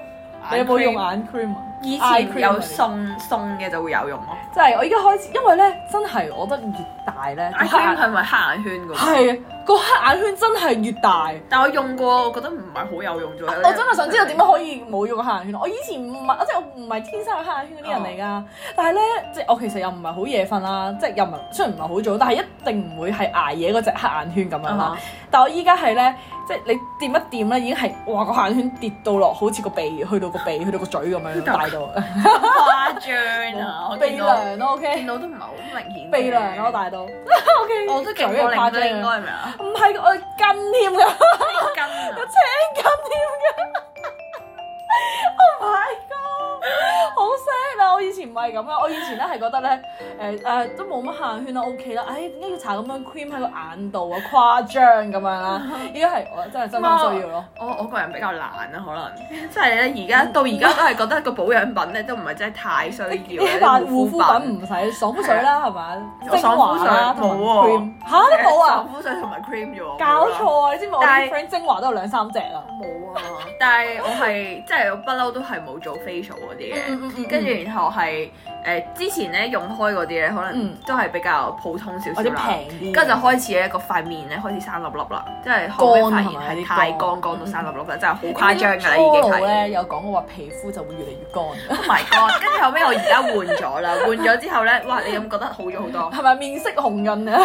Speaker 1: 你有冇用？眼 cream 啊？
Speaker 2: 以
Speaker 1: eye
Speaker 2: 前
Speaker 1: cream 啊
Speaker 2: 有送送嘅就會有用咯。
Speaker 1: 即係我而家開始，因為咧真係我覺得越大咧，個
Speaker 2: I
Speaker 1: 黑
Speaker 2: cream
Speaker 1: 眼
Speaker 2: 係咪黑眼圈㗎？
Speaker 1: 係啊個黑眼圈真係越大。
Speaker 2: 但我用過，我覺啊得唔係好有用咗。
Speaker 1: 我真係想知道點樣可以冇用個黑眼圈。我以前唔係，即係我唔係天生有黑眼圈嗰啲人嚟
Speaker 2: 哦
Speaker 1: 㗎。但係咧，即係我其實又唔係好夜瞓啦，即係又唔係雖然唔係好早，但係一定唔會係捱夜嗰隻黑眼圈咁樣啦。
Speaker 2: 啊
Speaker 1: 但我依家係咧，即係你掂一掂咧，已經係哇個黑眼圈跌到落，好似個鼻去到個鼻去到個嘴咁樣大到，啊
Speaker 2: 哈誇張啊！我見
Speaker 1: 鼻
Speaker 2: 到
Speaker 1: 涼咯，OK，
Speaker 2: 見到都唔係好明顯。
Speaker 1: 鼻涼咯大到 ，OK，
Speaker 2: 我都勁
Speaker 1: 嘴又
Speaker 2: 過你啦，
Speaker 1: 誇張
Speaker 2: 應該係咪啊？
Speaker 1: 唔係我係筋添㗎。
Speaker 2: 根啊
Speaker 1: 有！青筋添嘅。Oh my god！好 sad 啊！我以前唔係咁樣，我以前咧係覺得咧，誒、誒、都冇乜黑眼圈啦，OK 啊啦，唉、點解要搽咁樣 cream 喺個眼度啊？誇張咁樣 啦，而家係我真係真心需要咯。
Speaker 2: 我我個人比較懶啊，可能即係咧，而
Speaker 1: 嗯
Speaker 2: 家到而家都係覺得個保養品咧都唔係真係 太需要
Speaker 1: 你
Speaker 2: 嘅。
Speaker 1: 話護膚品唔使爽膚水啦，係嘛？
Speaker 2: 我
Speaker 1: 精
Speaker 2: 爽膚
Speaker 1: 華
Speaker 2: 水
Speaker 1: 啦，同埋
Speaker 2: 冇喎
Speaker 1: cream 嚇都冇啊！
Speaker 2: 爽膚水同埋 cream 啫喎。
Speaker 1: 搞錯啊！你知唔知我
Speaker 2: 但
Speaker 1: 啲
Speaker 2: 係
Speaker 1: friend 精華都有兩三隻啊？
Speaker 2: 冇啊！但係我係 即係我不嬲都係冇做 facial 嗰啲
Speaker 1: 嗯嗯嗯嗯
Speaker 2: 嘅，跟住然後係誒之前咧用開嗰啲咧，可
Speaker 1: 嗯
Speaker 2: 能都係比較普通少少
Speaker 1: 或者
Speaker 2: 啦。
Speaker 1: 平啲，
Speaker 2: 跟住就開始咧個塊面咧開始生粒粒啦，即係後尾
Speaker 1: 啊
Speaker 2: 發現係太乾乾到生粒粒啦，真係好誇張㗎啦已經
Speaker 1: 初老
Speaker 2: 係。
Speaker 1: 咧有講過話皮膚就會越嚟越乾，
Speaker 2: Oh my god！跟住後尾我而家換咗啦，換咗之後咧，哇！你有冇覺得好咗好多？
Speaker 1: 係咪面色紅潤啊？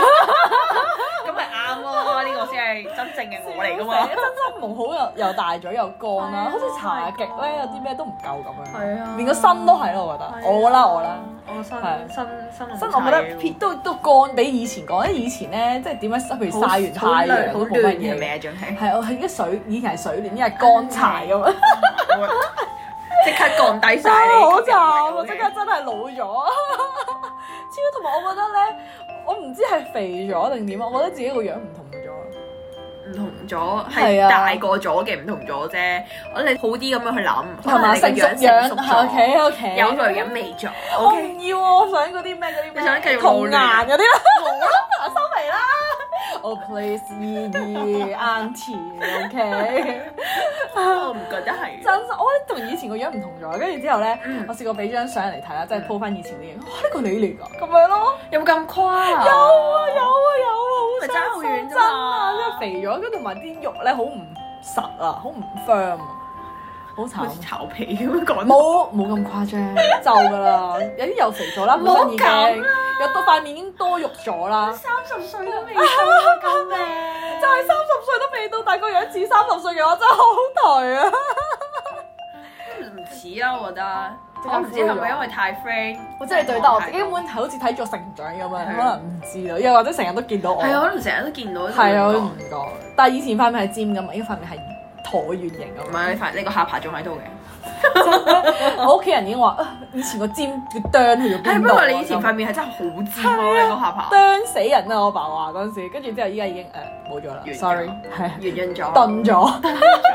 Speaker 2: 咁咪啱咯，呢個先係真正嘅我嚟噶嘛。
Speaker 1: 真心唔好又又大嘴又乾
Speaker 2: 係
Speaker 1: 啦，
Speaker 2: 啊
Speaker 1: 好似茶極咧有啲咩都唔夠咁樣。
Speaker 2: 係啊
Speaker 1: 連個身都係咯，我覺得。我啦我啦，，
Speaker 2: 我身
Speaker 1: 係
Speaker 2: 身身
Speaker 1: 身我覺得撇都都乾比以前乾，因為以前咧即係點樣，譬如曬完太陽
Speaker 2: 好
Speaker 1: 都冇乜
Speaker 2: 亂嘅
Speaker 1: 嘢。
Speaker 2: 咩張係
Speaker 1: 係我係啲水，以前係水暖，一係乾柴咁
Speaker 2: 啊
Speaker 1: 樣，
Speaker 2: 即刻降低 晒
Speaker 1: 真係 好
Speaker 2: 你。
Speaker 1: 慘啊！即刻真係老咗， 超同埋我覺得咧，我唔知係肥咗定點啊，我覺得自己個樣唔同咗。
Speaker 2: 唔同咗，
Speaker 1: 係
Speaker 2: 係
Speaker 1: 啊
Speaker 2: 大個咗嘅唔同咗啫。我哋好啲咁樣去諗，
Speaker 1: 係
Speaker 2: 可
Speaker 1: 嘛？
Speaker 2: 哦能你個
Speaker 1: 成熟
Speaker 2: 樣
Speaker 1: 樣
Speaker 2: 成熟
Speaker 1: 係
Speaker 2: 咗，
Speaker 1: ，OK OK。
Speaker 2: 有類人味咗。
Speaker 1: 我
Speaker 2: OK，
Speaker 1: 唔要啊！我想嗰啲咩嗰啲咩，
Speaker 2: 你想繼續
Speaker 1: 童
Speaker 2: 露
Speaker 1: 顏
Speaker 2: 臉
Speaker 1: 嗰啲啦，冇啦， 收皮 啦。Oh please，姨姨 auntie，OK。
Speaker 2: 我唔覺得 係。
Speaker 1: 真心，我覺得同以前個樣唔同咗。跟住之後咧
Speaker 2: 嗯，
Speaker 1: 我試過俾張相嚟睇啦，即係 po 翻以前啲嘢。哇！呢個你嚟㗎，咁樣咯。
Speaker 2: 有冇咁誇啊？
Speaker 1: 有啊有啊有啊，好
Speaker 2: 咪
Speaker 1: 真
Speaker 2: 爭好遠啫
Speaker 1: 真啊，
Speaker 2: 嘛
Speaker 1: 真係肥咗，跟住同埋啲肉咧好唔實啊，好唔 firm 啊。好
Speaker 2: 好
Speaker 1: 慘。
Speaker 2: 似巢皮咁樣講。
Speaker 1: 冇冇咁誇 張，就噶啦，有啲又肥咗啦，本身已
Speaker 2: 冇咁
Speaker 1: 經有多塊面已經多肉咗啦，
Speaker 2: 三十歲都未到啊，救命！
Speaker 1: 就係三十歲都未到，但個樣似三十歲嘅話真係好頹啊！
Speaker 2: 唔似啊，我覺得。
Speaker 1: 即刻
Speaker 2: 我唔知
Speaker 1: 灰
Speaker 2: 係
Speaker 1: 咗
Speaker 2: 咪因為太 friend，
Speaker 1: 我真係對得我自己根本好似睇咗成長咁樣，
Speaker 2: 係
Speaker 1: 可能唔知啊啦，又或者成日都見到我，
Speaker 2: 係啊，我都唔成日都見到。
Speaker 1: 係啊，我都唔覺。但係以前塊面係尖噶嘛，依家塊面係橢圓形
Speaker 2: 唔
Speaker 1: 咁
Speaker 2: 係你發你個下巴仲喺度嘅。
Speaker 1: 樣。我屋企人已經話，啊以前個尖要啄去咗
Speaker 2: 係
Speaker 1: 邊
Speaker 2: 不
Speaker 1: 度啊？
Speaker 2: 過你以前塊面係真係好尖咯，你個下巴
Speaker 1: 啄死人啊啦！我爸話嗰陣時，跟住之後依家已經誒冇咗啦
Speaker 2: 完咗
Speaker 1: ，sorry，係啊
Speaker 2: 圓潤咗，
Speaker 1: 鈍咗。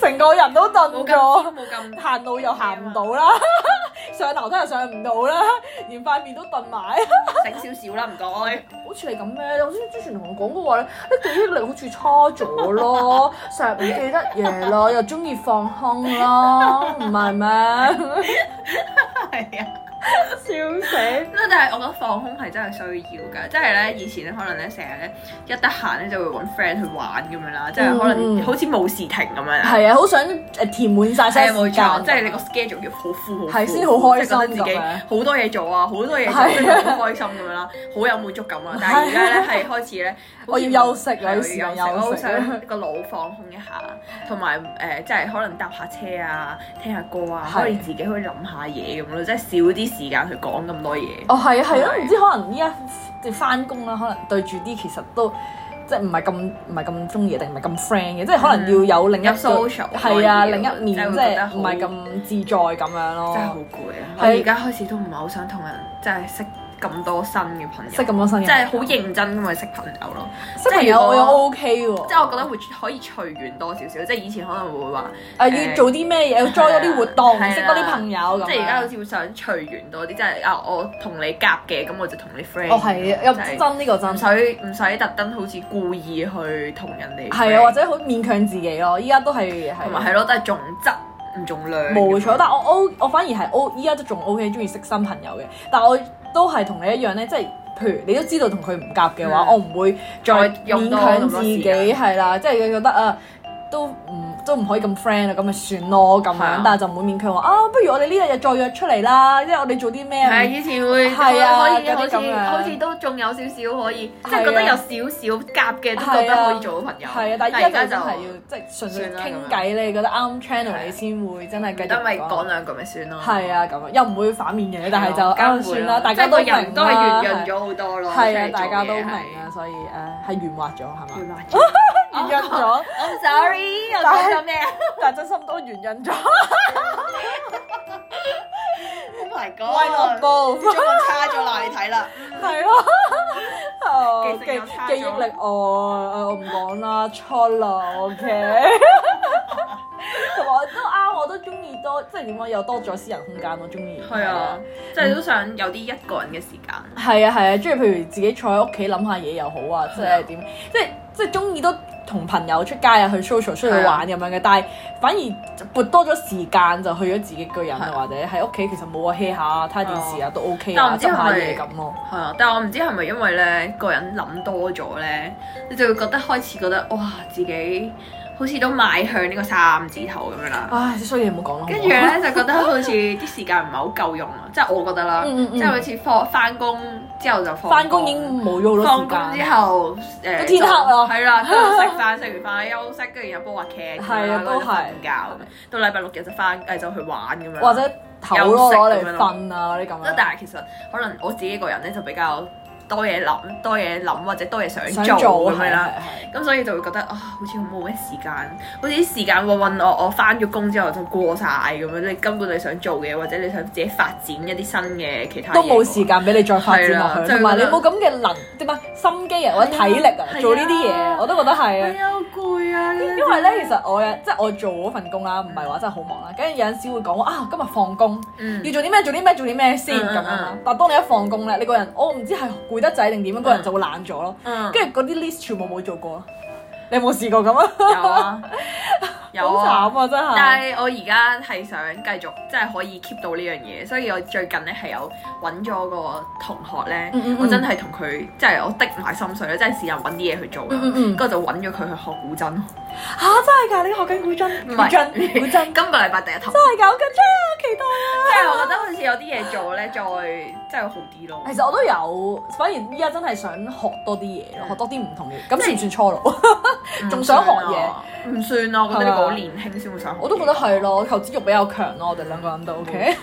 Speaker 1: 成個人都
Speaker 2: 冇
Speaker 1: 頓
Speaker 2: 咁
Speaker 1: 咗，
Speaker 2: 冇咁
Speaker 1: 行路又行唔到啦， 上樓梯又上唔到啦，連塊面都頓埋。
Speaker 2: 整少少啦，唔該。
Speaker 1: 好似你咁咩？好似之前同我講過話咧，你記憶力好似差咗咯， 成日唔記得嘢咯，又中意放空咯，唔係咩？
Speaker 2: 係啊。
Speaker 1: 笑死！
Speaker 2: 咁但係我覺得放空係真係需要㗎，即係咧以前咧可能咧成日咧一得閒咧就會揾 friend 去玩咁樣啦，即係可
Speaker 1: 嗯
Speaker 2: 能
Speaker 1: 嗯
Speaker 2: 好似冇時停咁樣啊。
Speaker 1: 係啊，好想誒填滿晒
Speaker 2: 係
Speaker 1: 些
Speaker 2: 啊，冇
Speaker 1: 時
Speaker 2: 錯，
Speaker 1: 間，
Speaker 2: 即係你個 schedule 要好富好富，
Speaker 1: 係先好開心
Speaker 2: 即係覺得自己
Speaker 1: 咁樣
Speaker 2: 好多嘢做啊，好多嘢做，
Speaker 1: 係
Speaker 2: 跟住好開心咁樣啦，好有滿足 感啊！但係而家咧係開始咧，好似
Speaker 1: 我要休息啊
Speaker 2: 係我
Speaker 1: 有
Speaker 2: 要
Speaker 1: 時
Speaker 2: 休息，
Speaker 1: 間
Speaker 2: 我好
Speaker 1: 休息
Speaker 2: 想個腦放空一下，同埋誒即係可能搭下車啊，聽下歌啊，
Speaker 1: 係
Speaker 2: 可以自己去諗下嘢咁咯，即係少啲時間去講咁多嘢。
Speaker 1: 哦，係啊，係啊，
Speaker 2: 係
Speaker 1: 唔知可能依家即係翻工啦，可能對住啲其實都即係唔係咁唔係咁中意，定唔係咁 friend 嘅，即係可能要有另一
Speaker 2: 嗯有
Speaker 1: 個
Speaker 2: social
Speaker 1: 係啊，
Speaker 2: 可以
Speaker 1: 另一面
Speaker 2: 即
Speaker 1: 即
Speaker 2: 係會覺得
Speaker 1: 係
Speaker 2: 好
Speaker 1: 唔係咁自在咁樣咯
Speaker 2: 真係好，攰啊！我
Speaker 1: 哦係
Speaker 2: 而家開始都唔係好想同人即係識咁多新嘅朋友，
Speaker 1: 識咁多新
Speaker 2: 即
Speaker 1: 人，
Speaker 2: 係好認真咁去識朋友咯。
Speaker 1: 識朋友我又 OK 喎，
Speaker 2: 即係我覺得會可以隨緣多少少，即係以前可能會話，
Speaker 1: 誒啊要做啲咩嘢，要 join 多啲活動，
Speaker 2: 係啊
Speaker 1: 識多啲朋友咁樣。
Speaker 2: 即係而家好似會想隨緣多啲，即係啊我同你夾嘅，咁我就同你 friend。
Speaker 1: 哦係啊，又
Speaker 2: 就係
Speaker 1: 真呢個
Speaker 2: 唔
Speaker 1: 真。
Speaker 2: 使唔使特登好似故意去同人哋 friend。
Speaker 1: 係啊，或者好勉強自己咯，依家都係啊
Speaker 2: 同埋係咯，都係重質唔重量咁樣。
Speaker 1: 冇錯，但我 O 我反而係 O 依家都仲 O K，中意識新朋友嘅。但我都係同你一樣咧，即係譬如你都知道同佢唔夾嘅話，
Speaker 2: 嗯
Speaker 1: 我唔會再
Speaker 2: 再用
Speaker 1: 勉
Speaker 2: 多
Speaker 1: 強
Speaker 2: 咁多
Speaker 1: 自
Speaker 2: 時
Speaker 1: 己
Speaker 2: 間
Speaker 1: 係啦，即係佢覺得啊都唔都唔可以咁 friend 啊，咁咪算咯咁
Speaker 2: 係啊
Speaker 1: 樣，但係就唔會勉強話啊，不如我哋呢一日再約出嚟啦，即係我哋做啲咩？
Speaker 2: 係以前會
Speaker 1: 係啊
Speaker 2: 可以
Speaker 1: 有啲
Speaker 2: 好似
Speaker 1: 咁樣
Speaker 2: 好似都仲有少少可以，
Speaker 1: 係
Speaker 2: 即係
Speaker 1: 啊
Speaker 2: 覺得有少少夾嘅都覺
Speaker 1: 係
Speaker 2: 得
Speaker 1: 啊
Speaker 2: 可以做到朋友。
Speaker 1: 係啊，但係依家就
Speaker 2: 就
Speaker 1: 真係要即係純粹
Speaker 2: 算啦咁樣
Speaker 1: 傾偈，你覺得啱 channel
Speaker 2: 係
Speaker 1: 你先會真係繼
Speaker 2: 得咪
Speaker 1: 續
Speaker 2: 講兩句咪算咯。
Speaker 1: 係啊，咁樣又唔會反面嘅，但係就
Speaker 2: 交
Speaker 1: 啊
Speaker 2: 換
Speaker 1: 算啦，
Speaker 2: 咯
Speaker 1: 大家
Speaker 2: 即係個
Speaker 1: 都
Speaker 2: 人
Speaker 1: 明
Speaker 2: 都係
Speaker 1: 啦
Speaker 2: 圓潤咗好多咯。
Speaker 1: 係
Speaker 2: 即
Speaker 1: 啊，
Speaker 2: 係
Speaker 1: 大家
Speaker 2: 做
Speaker 1: 都
Speaker 2: 嘢
Speaker 1: 明
Speaker 2: 係
Speaker 1: 啊，所以誒係圓滑咗係
Speaker 2: 原
Speaker 1: 嘛？
Speaker 2: 來
Speaker 1: 圓潤咗，
Speaker 2: I'm sorry，我講咗 咩
Speaker 1: 但係真心都圓 潤咗。
Speaker 2: ？Oh my
Speaker 1: Why not
Speaker 2: god！
Speaker 1: both？
Speaker 2: 中文差咗啦，你睇啦。
Speaker 1: 係 咯，哦
Speaker 2: 記
Speaker 1: 記
Speaker 2: 性又差咗
Speaker 1: 記憶力哦，誒我唔講啦，錯啦，OK。同埋我都啱，我都中意多，即係點講又多咗私人空間，我中意。
Speaker 2: 係啊，即係都想有啲一個人嘅時間。
Speaker 1: 係啊係啊，中意譬如自己坐喺屋企諗下嘢又好啊，即係點，即係即係中意都同朋友出街啊，去 social 出去玩咁樣嘅，但係反而撥多咗時間就去咗自己一個人啊，
Speaker 2: 係哦
Speaker 1: 或者喺屋企其實冇啊 hea 下睇下電視啊都 OK
Speaker 2: 但我
Speaker 1: 啊，
Speaker 2: 唔
Speaker 1: 執
Speaker 2: 知係
Speaker 1: 下
Speaker 2: 咪
Speaker 1: 嘢咁咯。
Speaker 2: 係啊，但係我唔知係咪因為咧個人諗多咗咧，你就會覺得開始覺得哇自己好似都邁向呢個三字頭咁樣啦。
Speaker 1: 唉，啲衰嘢唔好講啦。
Speaker 2: 跟住咧就覺得好似啲時間唔係好夠用啊，即係我覺得啦，
Speaker 1: 嗯嗯嗯
Speaker 2: 即係好似放翻工之後就放
Speaker 1: 翻工已經冇咗好
Speaker 2: 放工
Speaker 1: 多時
Speaker 2: 之
Speaker 1: 間，
Speaker 2: 後誒
Speaker 1: 都天黑啦
Speaker 2: 就係 啦，都食飯食完飯休息，跟住又煲下劇咁樣啦，
Speaker 1: 係啊
Speaker 2: 跟
Speaker 1: 都
Speaker 2: 住
Speaker 1: 係
Speaker 2: 就瞓覺咁樣，到禮拜六日就翻誒就去玩咁樣啦，
Speaker 1: 或者唞咯攞嚟瞓啊嗰啲咁樣。
Speaker 2: 休息咁樣咯即係但係其實可能我自己個人咧就比較多嘢諗，多嘢諗或者多嘢想
Speaker 1: 想
Speaker 2: 做
Speaker 1: 做啊
Speaker 2: 咁樣
Speaker 1: 係
Speaker 2: 啦
Speaker 1: 啦。，
Speaker 2: 咁所以就會覺得啊、好似冇咩時間，好似啲時間混混我我翻咗工之後就過晒咁樣，你根本你想做嘅或者你想自己發展一啲新嘅其他嘢
Speaker 1: 都冇時間俾你再發展
Speaker 2: 係
Speaker 1: 落
Speaker 2: 啦
Speaker 1: 去，
Speaker 2: 就係
Speaker 1: 同埋你
Speaker 2: 覺得
Speaker 1: 冇咁嘅能點啊心機啊或者體力啊
Speaker 2: 係啊
Speaker 1: 做呢啲嘢，我都覺得係啊
Speaker 2: 係。啊，好攰啊！
Speaker 1: 因為咧，其實我嘅即係我做嗰份工啦，唔係話真係好忙啦。跟住有陣時會講啊，今日放工
Speaker 2: 嗯
Speaker 1: 要做啲咩？做啲咩？做啲咩先
Speaker 2: 嗯嗯
Speaker 1: 咁樣啦
Speaker 2: 嗯。
Speaker 1: 但係當你一放工咧，你個人我唔知係攰得滯定點樣，個人就會懶咗咯。
Speaker 2: 嗯，
Speaker 1: 跟住嗰啲 list 全部冇做過咯。你有冇試過咁啊？
Speaker 2: 有啊，有啊
Speaker 1: 好。慘啊！真
Speaker 2: 但
Speaker 1: 係，
Speaker 2: 係我而家係想繼續，即係可以 keep 到呢樣嘢，所以我最近咧係有揾咗個同學咧，
Speaker 1: 嗯嗯嗯
Speaker 2: 我真係同佢，即係我滴埋心水咧，真係試下揾啲嘢去做啦。啊
Speaker 1: 嗯嗯嗯
Speaker 2: 跟住、就揾咗佢去學古箏。
Speaker 1: 嚇真係㗎！你學緊古箏，古
Speaker 2: 唔係
Speaker 1: 箏，古箏，真
Speaker 2: 今個禮拜第一堂，即
Speaker 1: 係㗎！好緊張啊！期待啊！
Speaker 2: 係我覺得好似有啲嘢做咧，再真係好啲咯。
Speaker 1: 其實我都有，反而依家真係想學多啲嘢
Speaker 2: 嗯
Speaker 1: 咯，學多啲唔同嘅嘢。咁算唔算初 老？仲想學嘢
Speaker 2: 唔算啊，我覺得呢個
Speaker 1: 係
Speaker 2: 好
Speaker 1: 嘛
Speaker 2: 年輕先會想學嘢。
Speaker 1: 我都覺得係咯，求知欲比較強咯，我哋兩個人都 OK。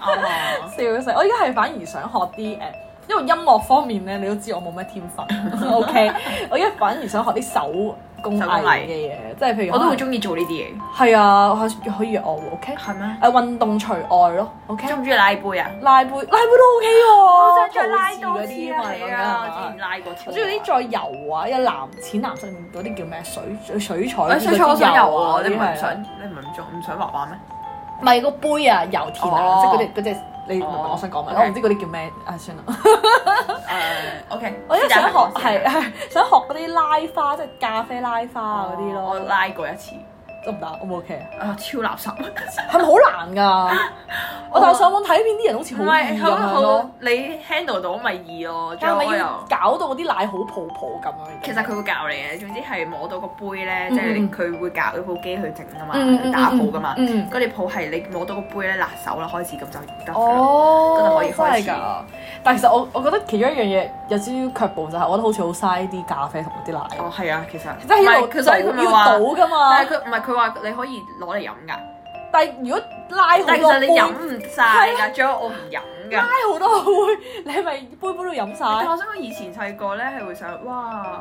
Speaker 2: 啱啊。
Speaker 1: 笑死！我而家係反而想學啲誒，因為音樂方面咧，你都知我冇乜天分。OK，我而 家反而想學啲手工藝
Speaker 2: 手工藝
Speaker 1: 嘅嘢，即係譬如
Speaker 2: 我都
Speaker 1: 可
Speaker 2: 好
Speaker 1: 能
Speaker 2: 中意做呢啲嘢，
Speaker 1: 係啊，可可以約我喎，OK？
Speaker 2: 係咩？
Speaker 1: 誒運動除外咯，OK？
Speaker 2: 中唔中意拉杯啊？
Speaker 1: 拉杯拉杯都 OK 喎，
Speaker 2: 我
Speaker 1: 好
Speaker 2: 想再拉多次
Speaker 1: 啲
Speaker 2: 啊！
Speaker 1: 嘛，
Speaker 2: 係
Speaker 1: 係
Speaker 2: 啊，我之
Speaker 1: 啊
Speaker 2: 前。拉過條。
Speaker 1: 我中意啲再油啊，有藍淺藍色嗰啲叫咩水水水彩嗰
Speaker 2: 我
Speaker 1: 啲
Speaker 2: 想我想游啊！
Speaker 1: 嗰啲
Speaker 2: 你唔係唔
Speaker 1: 係
Speaker 2: 想，你唔係唔想唔想畫畫咩？
Speaker 1: 唔係個杯啊，油田藍色嗰
Speaker 2: 哦
Speaker 1: 啲嗰隻，你明唔明
Speaker 2: 哦
Speaker 1: 我想講咩？
Speaker 2: OK
Speaker 1: 我唔知嗰啲叫咩啊，算啦。
Speaker 2: 誒，OK，
Speaker 1: 我而家想學係
Speaker 2: 係
Speaker 1: 係想學嗰啲拉花，即係咖啡拉花嗰啲
Speaker 2: 啊
Speaker 1: 咯，
Speaker 2: 我拉過一次，
Speaker 1: 得唔得？O 唔 OK 啊？
Speaker 2: 啊，超垃圾，
Speaker 1: 係咪好難㗎？ 我但係上網睇片啲人好似好
Speaker 2: 唔
Speaker 1: 易
Speaker 2: 係
Speaker 1: 咁
Speaker 2: 好
Speaker 1: 樣
Speaker 2: 好
Speaker 1: 咯，，
Speaker 2: 你 handle 到咪易咯，仲
Speaker 1: 但係
Speaker 2: 有啊我
Speaker 1: 咪要
Speaker 2: 又。
Speaker 1: 搞到嗰啲奶好泡泡咁樣？
Speaker 2: 其實佢會教你嘅，總之係摸到個杯咧，
Speaker 1: 嗯
Speaker 2: 即係佢會教嗰部機去整噶嘛
Speaker 1: 嗯嗯嗯，
Speaker 2: 打泡噶嘛。
Speaker 1: 嗯
Speaker 2: 嗰啲泡係你摸到個杯咧，辣手啦，開始咁就得㗎啦。
Speaker 1: 哦，
Speaker 2: 咁就可以開始
Speaker 1: 真係㗎。但係其實我我覺得其中一樣嘢有少少卻步，就係我覺得好似好嘥啲咖啡同埋啲奶，
Speaker 2: 哦，係啊，其實
Speaker 1: 即係喺
Speaker 2: 唔係
Speaker 1: 度
Speaker 2: 佢所以佢咪
Speaker 1: 要
Speaker 2: 話
Speaker 1: 倒，㗎嘛
Speaker 2: 但。係佢唔係佢話你可以攞嚟飲㗎，
Speaker 1: 但係如果拉好啊
Speaker 2: 但係其
Speaker 1: 多
Speaker 2: 實
Speaker 1: 杯
Speaker 2: 你，飲唔晒㗎，仲有我唔飲㗎
Speaker 1: 拉。好多杯，你係咪杯杯都飲 晒？
Speaker 2: 但我想講以前細個咧係會想，哇，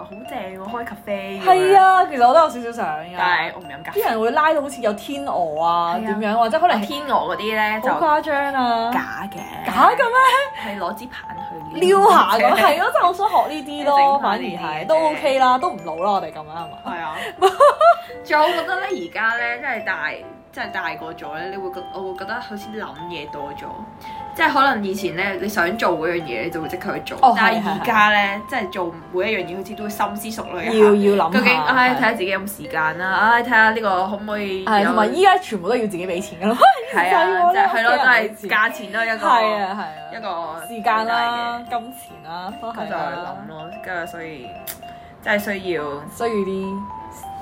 Speaker 2: 好正喎，開咖啡。
Speaker 1: 係，啊，其實我都有少少想㗎。
Speaker 2: 但係我唔飲咖啡
Speaker 1: 啲。人會拉到好似有天鵝啊
Speaker 2: 係
Speaker 1: 點
Speaker 2: 啊
Speaker 1: 樣，或者可能
Speaker 2: 天鵝嗰啲咧就
Speaker 1: 好誇張啊，
Speaker 2: 假嘅，
Speaker 1: 假嘅咩？
Speaker 2: 係攞支棒去
Speaker 1: 撩下咁，
Speaker 2: 係啊
Speaker 1: 係咯，即係我想學呢啲咯，
Speaker 2: 整
Speaker 1: 反
Speaker 2: 翻
Speaker 1: 而
Speaker 2: 呢啲
Speaker 1: 係
Speaker 2: 嘅
Speaker 1: 都 OK 啦，都唔老啦，我哋咁樣係嘛？
Speaker 2: 係 啊。仲有我覺得咧，而家咧真係大，真係大個咗咧，你會覺我會覺得好似諗嘢多咗，即係可能以前咧你想做嗰樣嘢，你就會即刻去做，
Speaker 1: 哦
Speaker 2: 但
Speaker 1: 係係
Speaker 2: 係而家咧即係做每一樣嘢，好似都會深思熟慮
Speaker 1: 要
Speaker 2: 一下。
Speaker 1: 要諗
Speaker 2: 究竟
Speaker 1: 下
Speaker 2: 唉，睇
Speaker 1: 係
Speaker 2: 下自己有冇時間啦，唉，睇下呢個可唔可以
Speaker 1: 係同埋
Speaker 2: 有
Speaker 1: 依家全部都要自己俾錢㗎咯，
Speaker 2: 係啊，
Speaker 1: 我
Speaker 2: 即係係咯，都
Speaker 1: 屋企
Speaker 2: 係
Speaker 1: 人
Speaker 2: 價錢都係一 個
Speaker 1: 係啊係啊，
Speaker 2: 一個
Speaker 1: 時間啦
Speaker 2: 好、
Speaker 1: 金錢啦，都
Speaker 2: 大嘅，
Speaker 1: 係啊
Speaker 2: 咁就去諗
Speaker 1: 啦，
Speaker 2: 咯，跟住所以真係需要
Speaker 1: 需要啲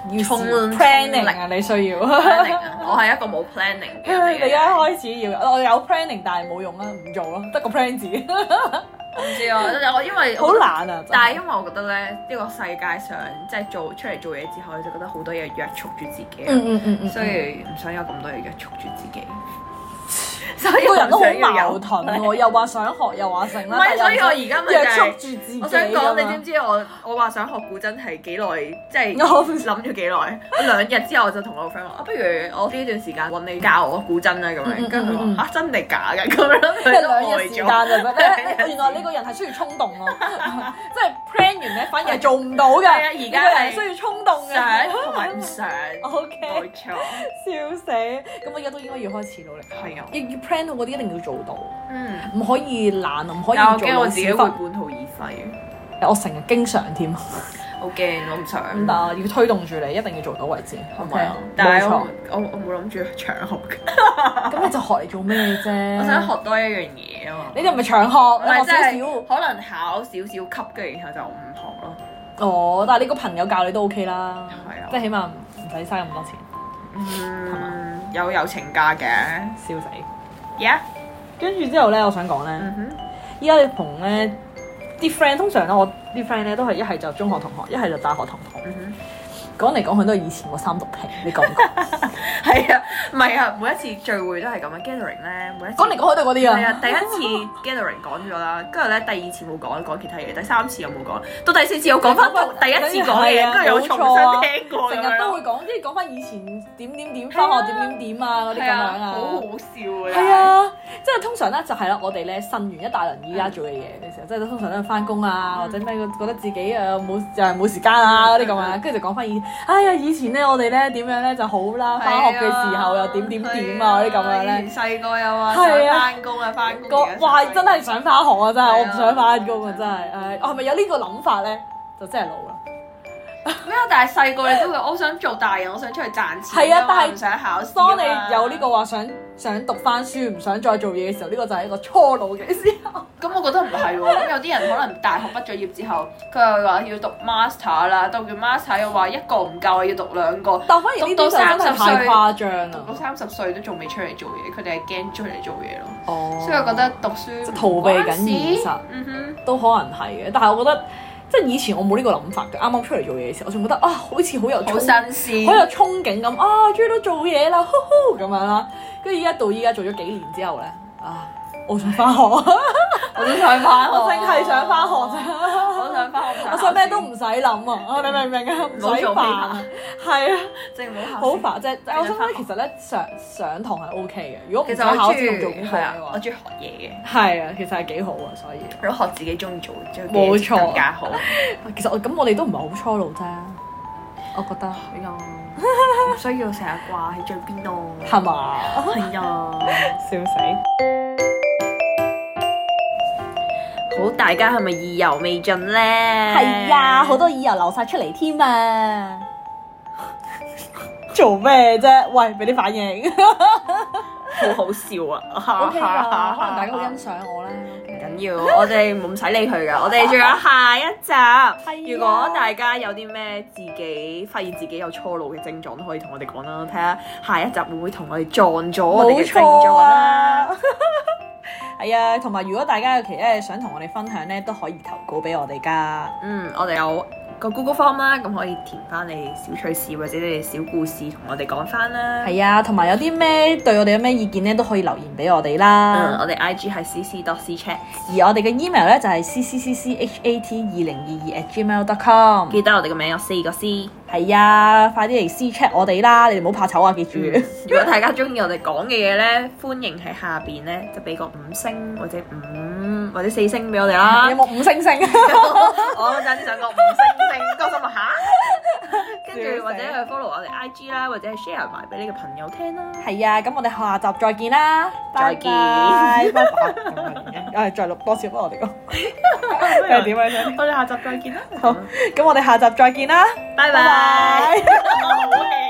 Speaker 1: 要
Speaker 2: 衝
Speaker 1: 時
Speaker 2: 衝
Speaker 1: planning 啊，你需要。
Speaker 2: planning 啊我係一個冇 planning 嘅人嚟
Speaker 1: 你一
Speaker 2: 嘅，
Speaker 1: 開始要，我有 planning 但係冇用啦，唔做咯，得個 plan 字，
Speaker 2: 我唔知啊，我因為
Speaker 1: 好。難啊！真
Speaker 2: 但係因為我覺得咧，呢個世界上即係做出嚟做嘢之後，就覺得好多嘢約束住自己，啊
Speaker 1: 嗯嗯嗯嗯，
Speaker 2: 所以唔想有咁多嘢約束住 自己，所以
Speaker 1: 個人都好
Speaker 2: 我唔想要有
Speaker 1: 矛盾啊喎，又話想學又話成
Speaker 2: 唔
Speaker 1: 啦，
Speaker 2: 係，所以我
Speaker 1: 但係
Speaker 2: 而家咪就
Speaker 1: 又約
Speaker 2: 係
Speaker 1: 束住自己啊
Speaker 2: 我想講，你知
Speaker 1: 咁
Speaker 2: 唔知我我話想學古箏係幾耐？即係
Speaker 1: 樣 我
Speaker 2: 諗咗幾耐，我兩日之後我就同我個 friend 話：啊，不如我呢段時間揾你教我古箏啦咁
Speaker 1: 嗯嗯
Speaker 2: 樣。跟住佢
Speaker 1: 嗯嗯
Speaker 2: 話：嚇真定假嘅咁樣，
Speaker 1: 即
Speaker 2: 佢
Speaker 1: 係
Speaker 2: 都
Speaker 1: 兩日時
Speaker 2: 呆
Speaker 1: 間啊
Speaker 2: 咗。
Speaker 1: 就覺 得，原來呢個人係需要衝動咯， 即係 plan 完咧反而係做唔到嘅。
Speaker 2: 係啊而家
Speaker 1: 呢個人
Speaker 2: 係
Speaker 1: 需要衝動
Speaker 2: 想
Speaker 1: 嘅。
Speaker 2: 同埋唔 想，
Speaker 1: O K，
Speaker 2: 冇錯，
Speaker 1: 笑死！咁我而家都應該要開始努力，
Speaker 2: 係啊，
Speaker 1: 要要 plan 到嗰啲一定要做到，
Speaker 2: 嗯。
Speaker 1: 唔可以懶，唔可以
Speaker 2: 但我
Speaker 1: 做
Speaker 2: 驚我
Speaker 1: 老
Speaker 2: 自己
Speaker 1: 屎
Speaker 2: 會
Speaker 1: 忽。
Speaker 2: 半途而廢，
Speaker 1: 我成日經常添，
Speaker 2: 好驚，我唔想。
Speaker 1: 咁但係要推動住你，一定要做到為止，
Speaker 2: 係咪啊
Speaker 1: OK？
Speaker 2: 但
Speaker 1: 冇
Speaker 2: 係我
Speaker 1: 錯
Speaker 2: 我我冇諗住長學嘅，
Speaker 1: 咁你就學嚟做咩啫？
Speaker 2: 啊我想學多一樣嘢啊嘛。
Speaker 1: 你哋唔係長
Speaker 2: 唔
Speaker 1: 學，
Speaker 2: 係
Speaker 1: 你
Speaker 2: 真
Speaker 1: 學少
Speaker 2: 係可能考少少級，跟住然後就唔學咯。
Speaker 1: 少。哦，但係你個朋友教你都 OK 啦，
Speaker 2: 係啊
Speaker 1: 即係起碼唔使嘥咁多錢，
Speaker 2: 嗯，有友情價嘅，
Speaker 1: 笑死。
Speaker 2: yeah，
Speaker 1: 跟住之後咧，我想講咧，
Speaker 2: 嗯哼，
Speaker 1: 依家你同咧啲 friend 通常咧，我啲 friend 咧都係一係就中學同學，一係就大學同學。
Speaker 2: 嗯
Speaker 1: 講嚟講去都係以前個三毒皮，你覺唔覺？
Speaker 2: 哼，係啊，唔係啊，每一次聚會都係咁樣啊 gathering 咧，每一次
Speaker 1: 講嚟講去都係嗰
Speaker 2: 係
Speaker 1: 啲
Speaker 2: 啊，
Speaker 1: 啊。
Speaker 2: 第一次 gathering 講咗啦，跟住咧第二次冇講，講其他嘢，第三次又冇講，到第四次又講翻第一次講
Speaker 1: 係啊
Speaker 2: 嘅嘢，跟住又重新聽過啊咁
Speaker 1: 成
Speaker 2: 樣
Speaker 1: 日都
Speaker 2: 咯，
Speaker 1: 會講，即係講翻以前點點點，翻學點點點啊嗰啲咁
Speaker 2: 係
Speaker 1: 樣
Speaker 2: 啊，
Speaker 1: 啊
Speaker 2: 好。好笑啊，
Speaker 1: 係，啊，即係通常咧就係啦，我哋咧呻完一大輪依家做嘅嘢嘅時候，即係通常都係翻工
Speaker 2: 嗯
Speaker 1: 啊，或者咩覺得自己誒冇又係冇時間啊嗰啲咁啊，跟住就講翻以哎呀以前咧我哋咧點樣咧就好
Speaker 2: 啊
Speaker 1: 啦，翻學嘅時候又點點點啊嗰啲咁樣咧，，
Speaker 2: 細個又話
Speaker 1: 係啊
Speaker 2: 想翻工啊，翻工
Speaker 1: 個
Speaker 2: 而家
Speaker 1: 哇
Speaker 2: 想
Speaker 1: 真係想翻學啊真係，
Speaker 2: 係啊
Speaker 1: 我唔想翻工啊真係，唉，我係咪有呢個諗法咧？就真係老啦，
Speaker 2: 咩啊？但係細個你都會，我想做大人，我想出去賺錢㗎嘛。
Speaker 1: 係啊但係
Speaker 2: 唔想考試
Speaker 1: 當
Speaker 2: 啊嘛。
Speaker 1: 你有呢個話想想讀翻書，唔想再做嘢嘅時候，呢、個就係一個初老嘅時候。
Speaker 2: 咁我覺得唔係喎，咁有啲人可能大學畢咗業之後，佢又話要讀 master 啦，讀完 master 又話一個唔夠，要讀兩個，
Speaker 1: 但反而呢啲就真係太誇張啊
Speaker 2: 讀
Speaker 1: 啦
Speaker 2: 到。三十歲都仲未出嚟做嘢，佢哋係驚出嚟做嘢咯。
Speaker 1: 哦
Speaker 2: 所以我覺得讀書
Speaker 1: 即係逃避緊現
Speaker 2: 現
Speaker 1: 實
Speaker 2: 實。嗯哼，
Speaker 1: 都可能係嘅，但係我覺得即係以前我冇呢個諗法嘅，啱啱出嚟做嘢嘅時候，我仲覺得啊，好似好有
Speaker 2: 好
Speaker 1: 衝
Speaker 2: 新
Speaker 1: 好有
Speaker 2: 鮮。
Speaker 1: 憧憬咁啊，終於都做嘢啦，呼呼咁樣啦。跟住依家到依家做咗幾年之後咧，啊，我想 翻學，
Speaker 2: 哦
Speaker 1: 我
Speaker 2: 我都想翻學，
Speaker 1: 淨係想翻學啫，
Speaker 2: 我想翻學，
Speaker 1: 我想咩都唔使諗啊，你明唔明啊？唔
Speaker 2: 嗯唔好
Speaker 1: 使
Speaker 2: 做
Speaker 1: 煩啊，係啊，
Speaker 2: 即係唔
Speaker 1: 好
Speaker 2: 好 考試。
Speaker 1: 煩啫。但係我想講咧，其實咧上上堂係 O K 嘅，如果唔
Speaker 2: 其
Speaker 1: 使
Speaker 2: 實我
Speaker 1: 考
Speaker 2: 中
Speaker 1: 試同做功
Speaker 2: 意
Speaker 1: 課
Speaker 2: 係啊
Speaker 1: 嘅，
Speaker 2: 我
Speaker 1: 話，
Speaker 2: 中意學嘢嘅，
Speaker 1: 係啊，其實係幾好啊，所以
Speaker 2: 我都學自己中意做嘅，做
Speaker 1: 冇
Speaker 2: 嘢
Speaker 1: 錯
Speaker 2: 更加 好。
Speaker 1: 啊其實我咁我哋都唔係好初老啫，我覺得
Speaker 2: 係啊，唔需要成日掛喺嘴邊咯。
Speaker 1: 係嘛？
Speaker 2: 係啊，
Speaker 1: 笑死！
Speaker 2: 好，大家係咪意猶未盡咧？
Speaker 1: 係
Speaker 2: 係
Speaker 1: 啊，好多耳油流晒出嚟添啊！ 做咩啫？喂，俾啲反應。
Speaker 2: 好好笑啊！
Speaker 1: O K 噶，可能大家好欣賞我咧。
Speaker 2: 緊要，我哋唔使理 佢噶，我哋仲有下一集。
Speaker 1: 啊
Speaker 2: 如果大家有啲咩自己發現自己有初老嘅症狀，都可以同我哋講啦，睇下下一集會唔會同我哋撞咗我哋嘅症
Speaker 1: 啊
Speaker 2: 狀啦。！
Speaker 1: 係啊，同埋如果大家有其他嘢想同我哋分享咧，都可以投稿俾我哋噶。
Speaker 2: 嗯，我哋有個 Google Form 啦，咁可以填翻你小趣事或者你哋小故事，同我哋講翻啦。
Speaker 1: 係啊，同埋有啲咩對我哋有咩意見咧，都可以留言俾我哋
Speaker 2: 嗯，
Speaker 1: 啦。
Speaker 2: 我哋 I G 係 C C dot C chat，
Speaker 1: 而我哋嘅 email 咧就係 c c c c h a t 二零二二 at gmail dot com。
Speaker 2: 記得我哋個名有四個 C。
Speaker 1: 係啊，快啲嚟 C check 我哋啦！你哋唔好怕醜啊，記住。
Speaker 2: 如果大家中意我哋講嘅嘢咧，歡迎喺下邊咧就俾個五星或者五或者四星俾我哋啦
Speaker 1: 有。冇五星 星？
Speaker 2: 我嗰陣想講五星星，我心話嚇。跟
Speaker 1: 笑死
Speaker 2: 住或者去 follow 我哋 IG 啦，或者係 share 埋俾你嘅朋友聽啦。
Speaker 1: 係啊，咁我哋下集再見啦，
Speaker 2: 再見
Speaker 1: 拜拜。誒，再錄多少不我哋講，定係 點啊？想
Speaker 2: 我哋下集再見啦。
Speaker 1: 好咁我哋下集再見啦，
Speaker 2: 拜拜。好 hea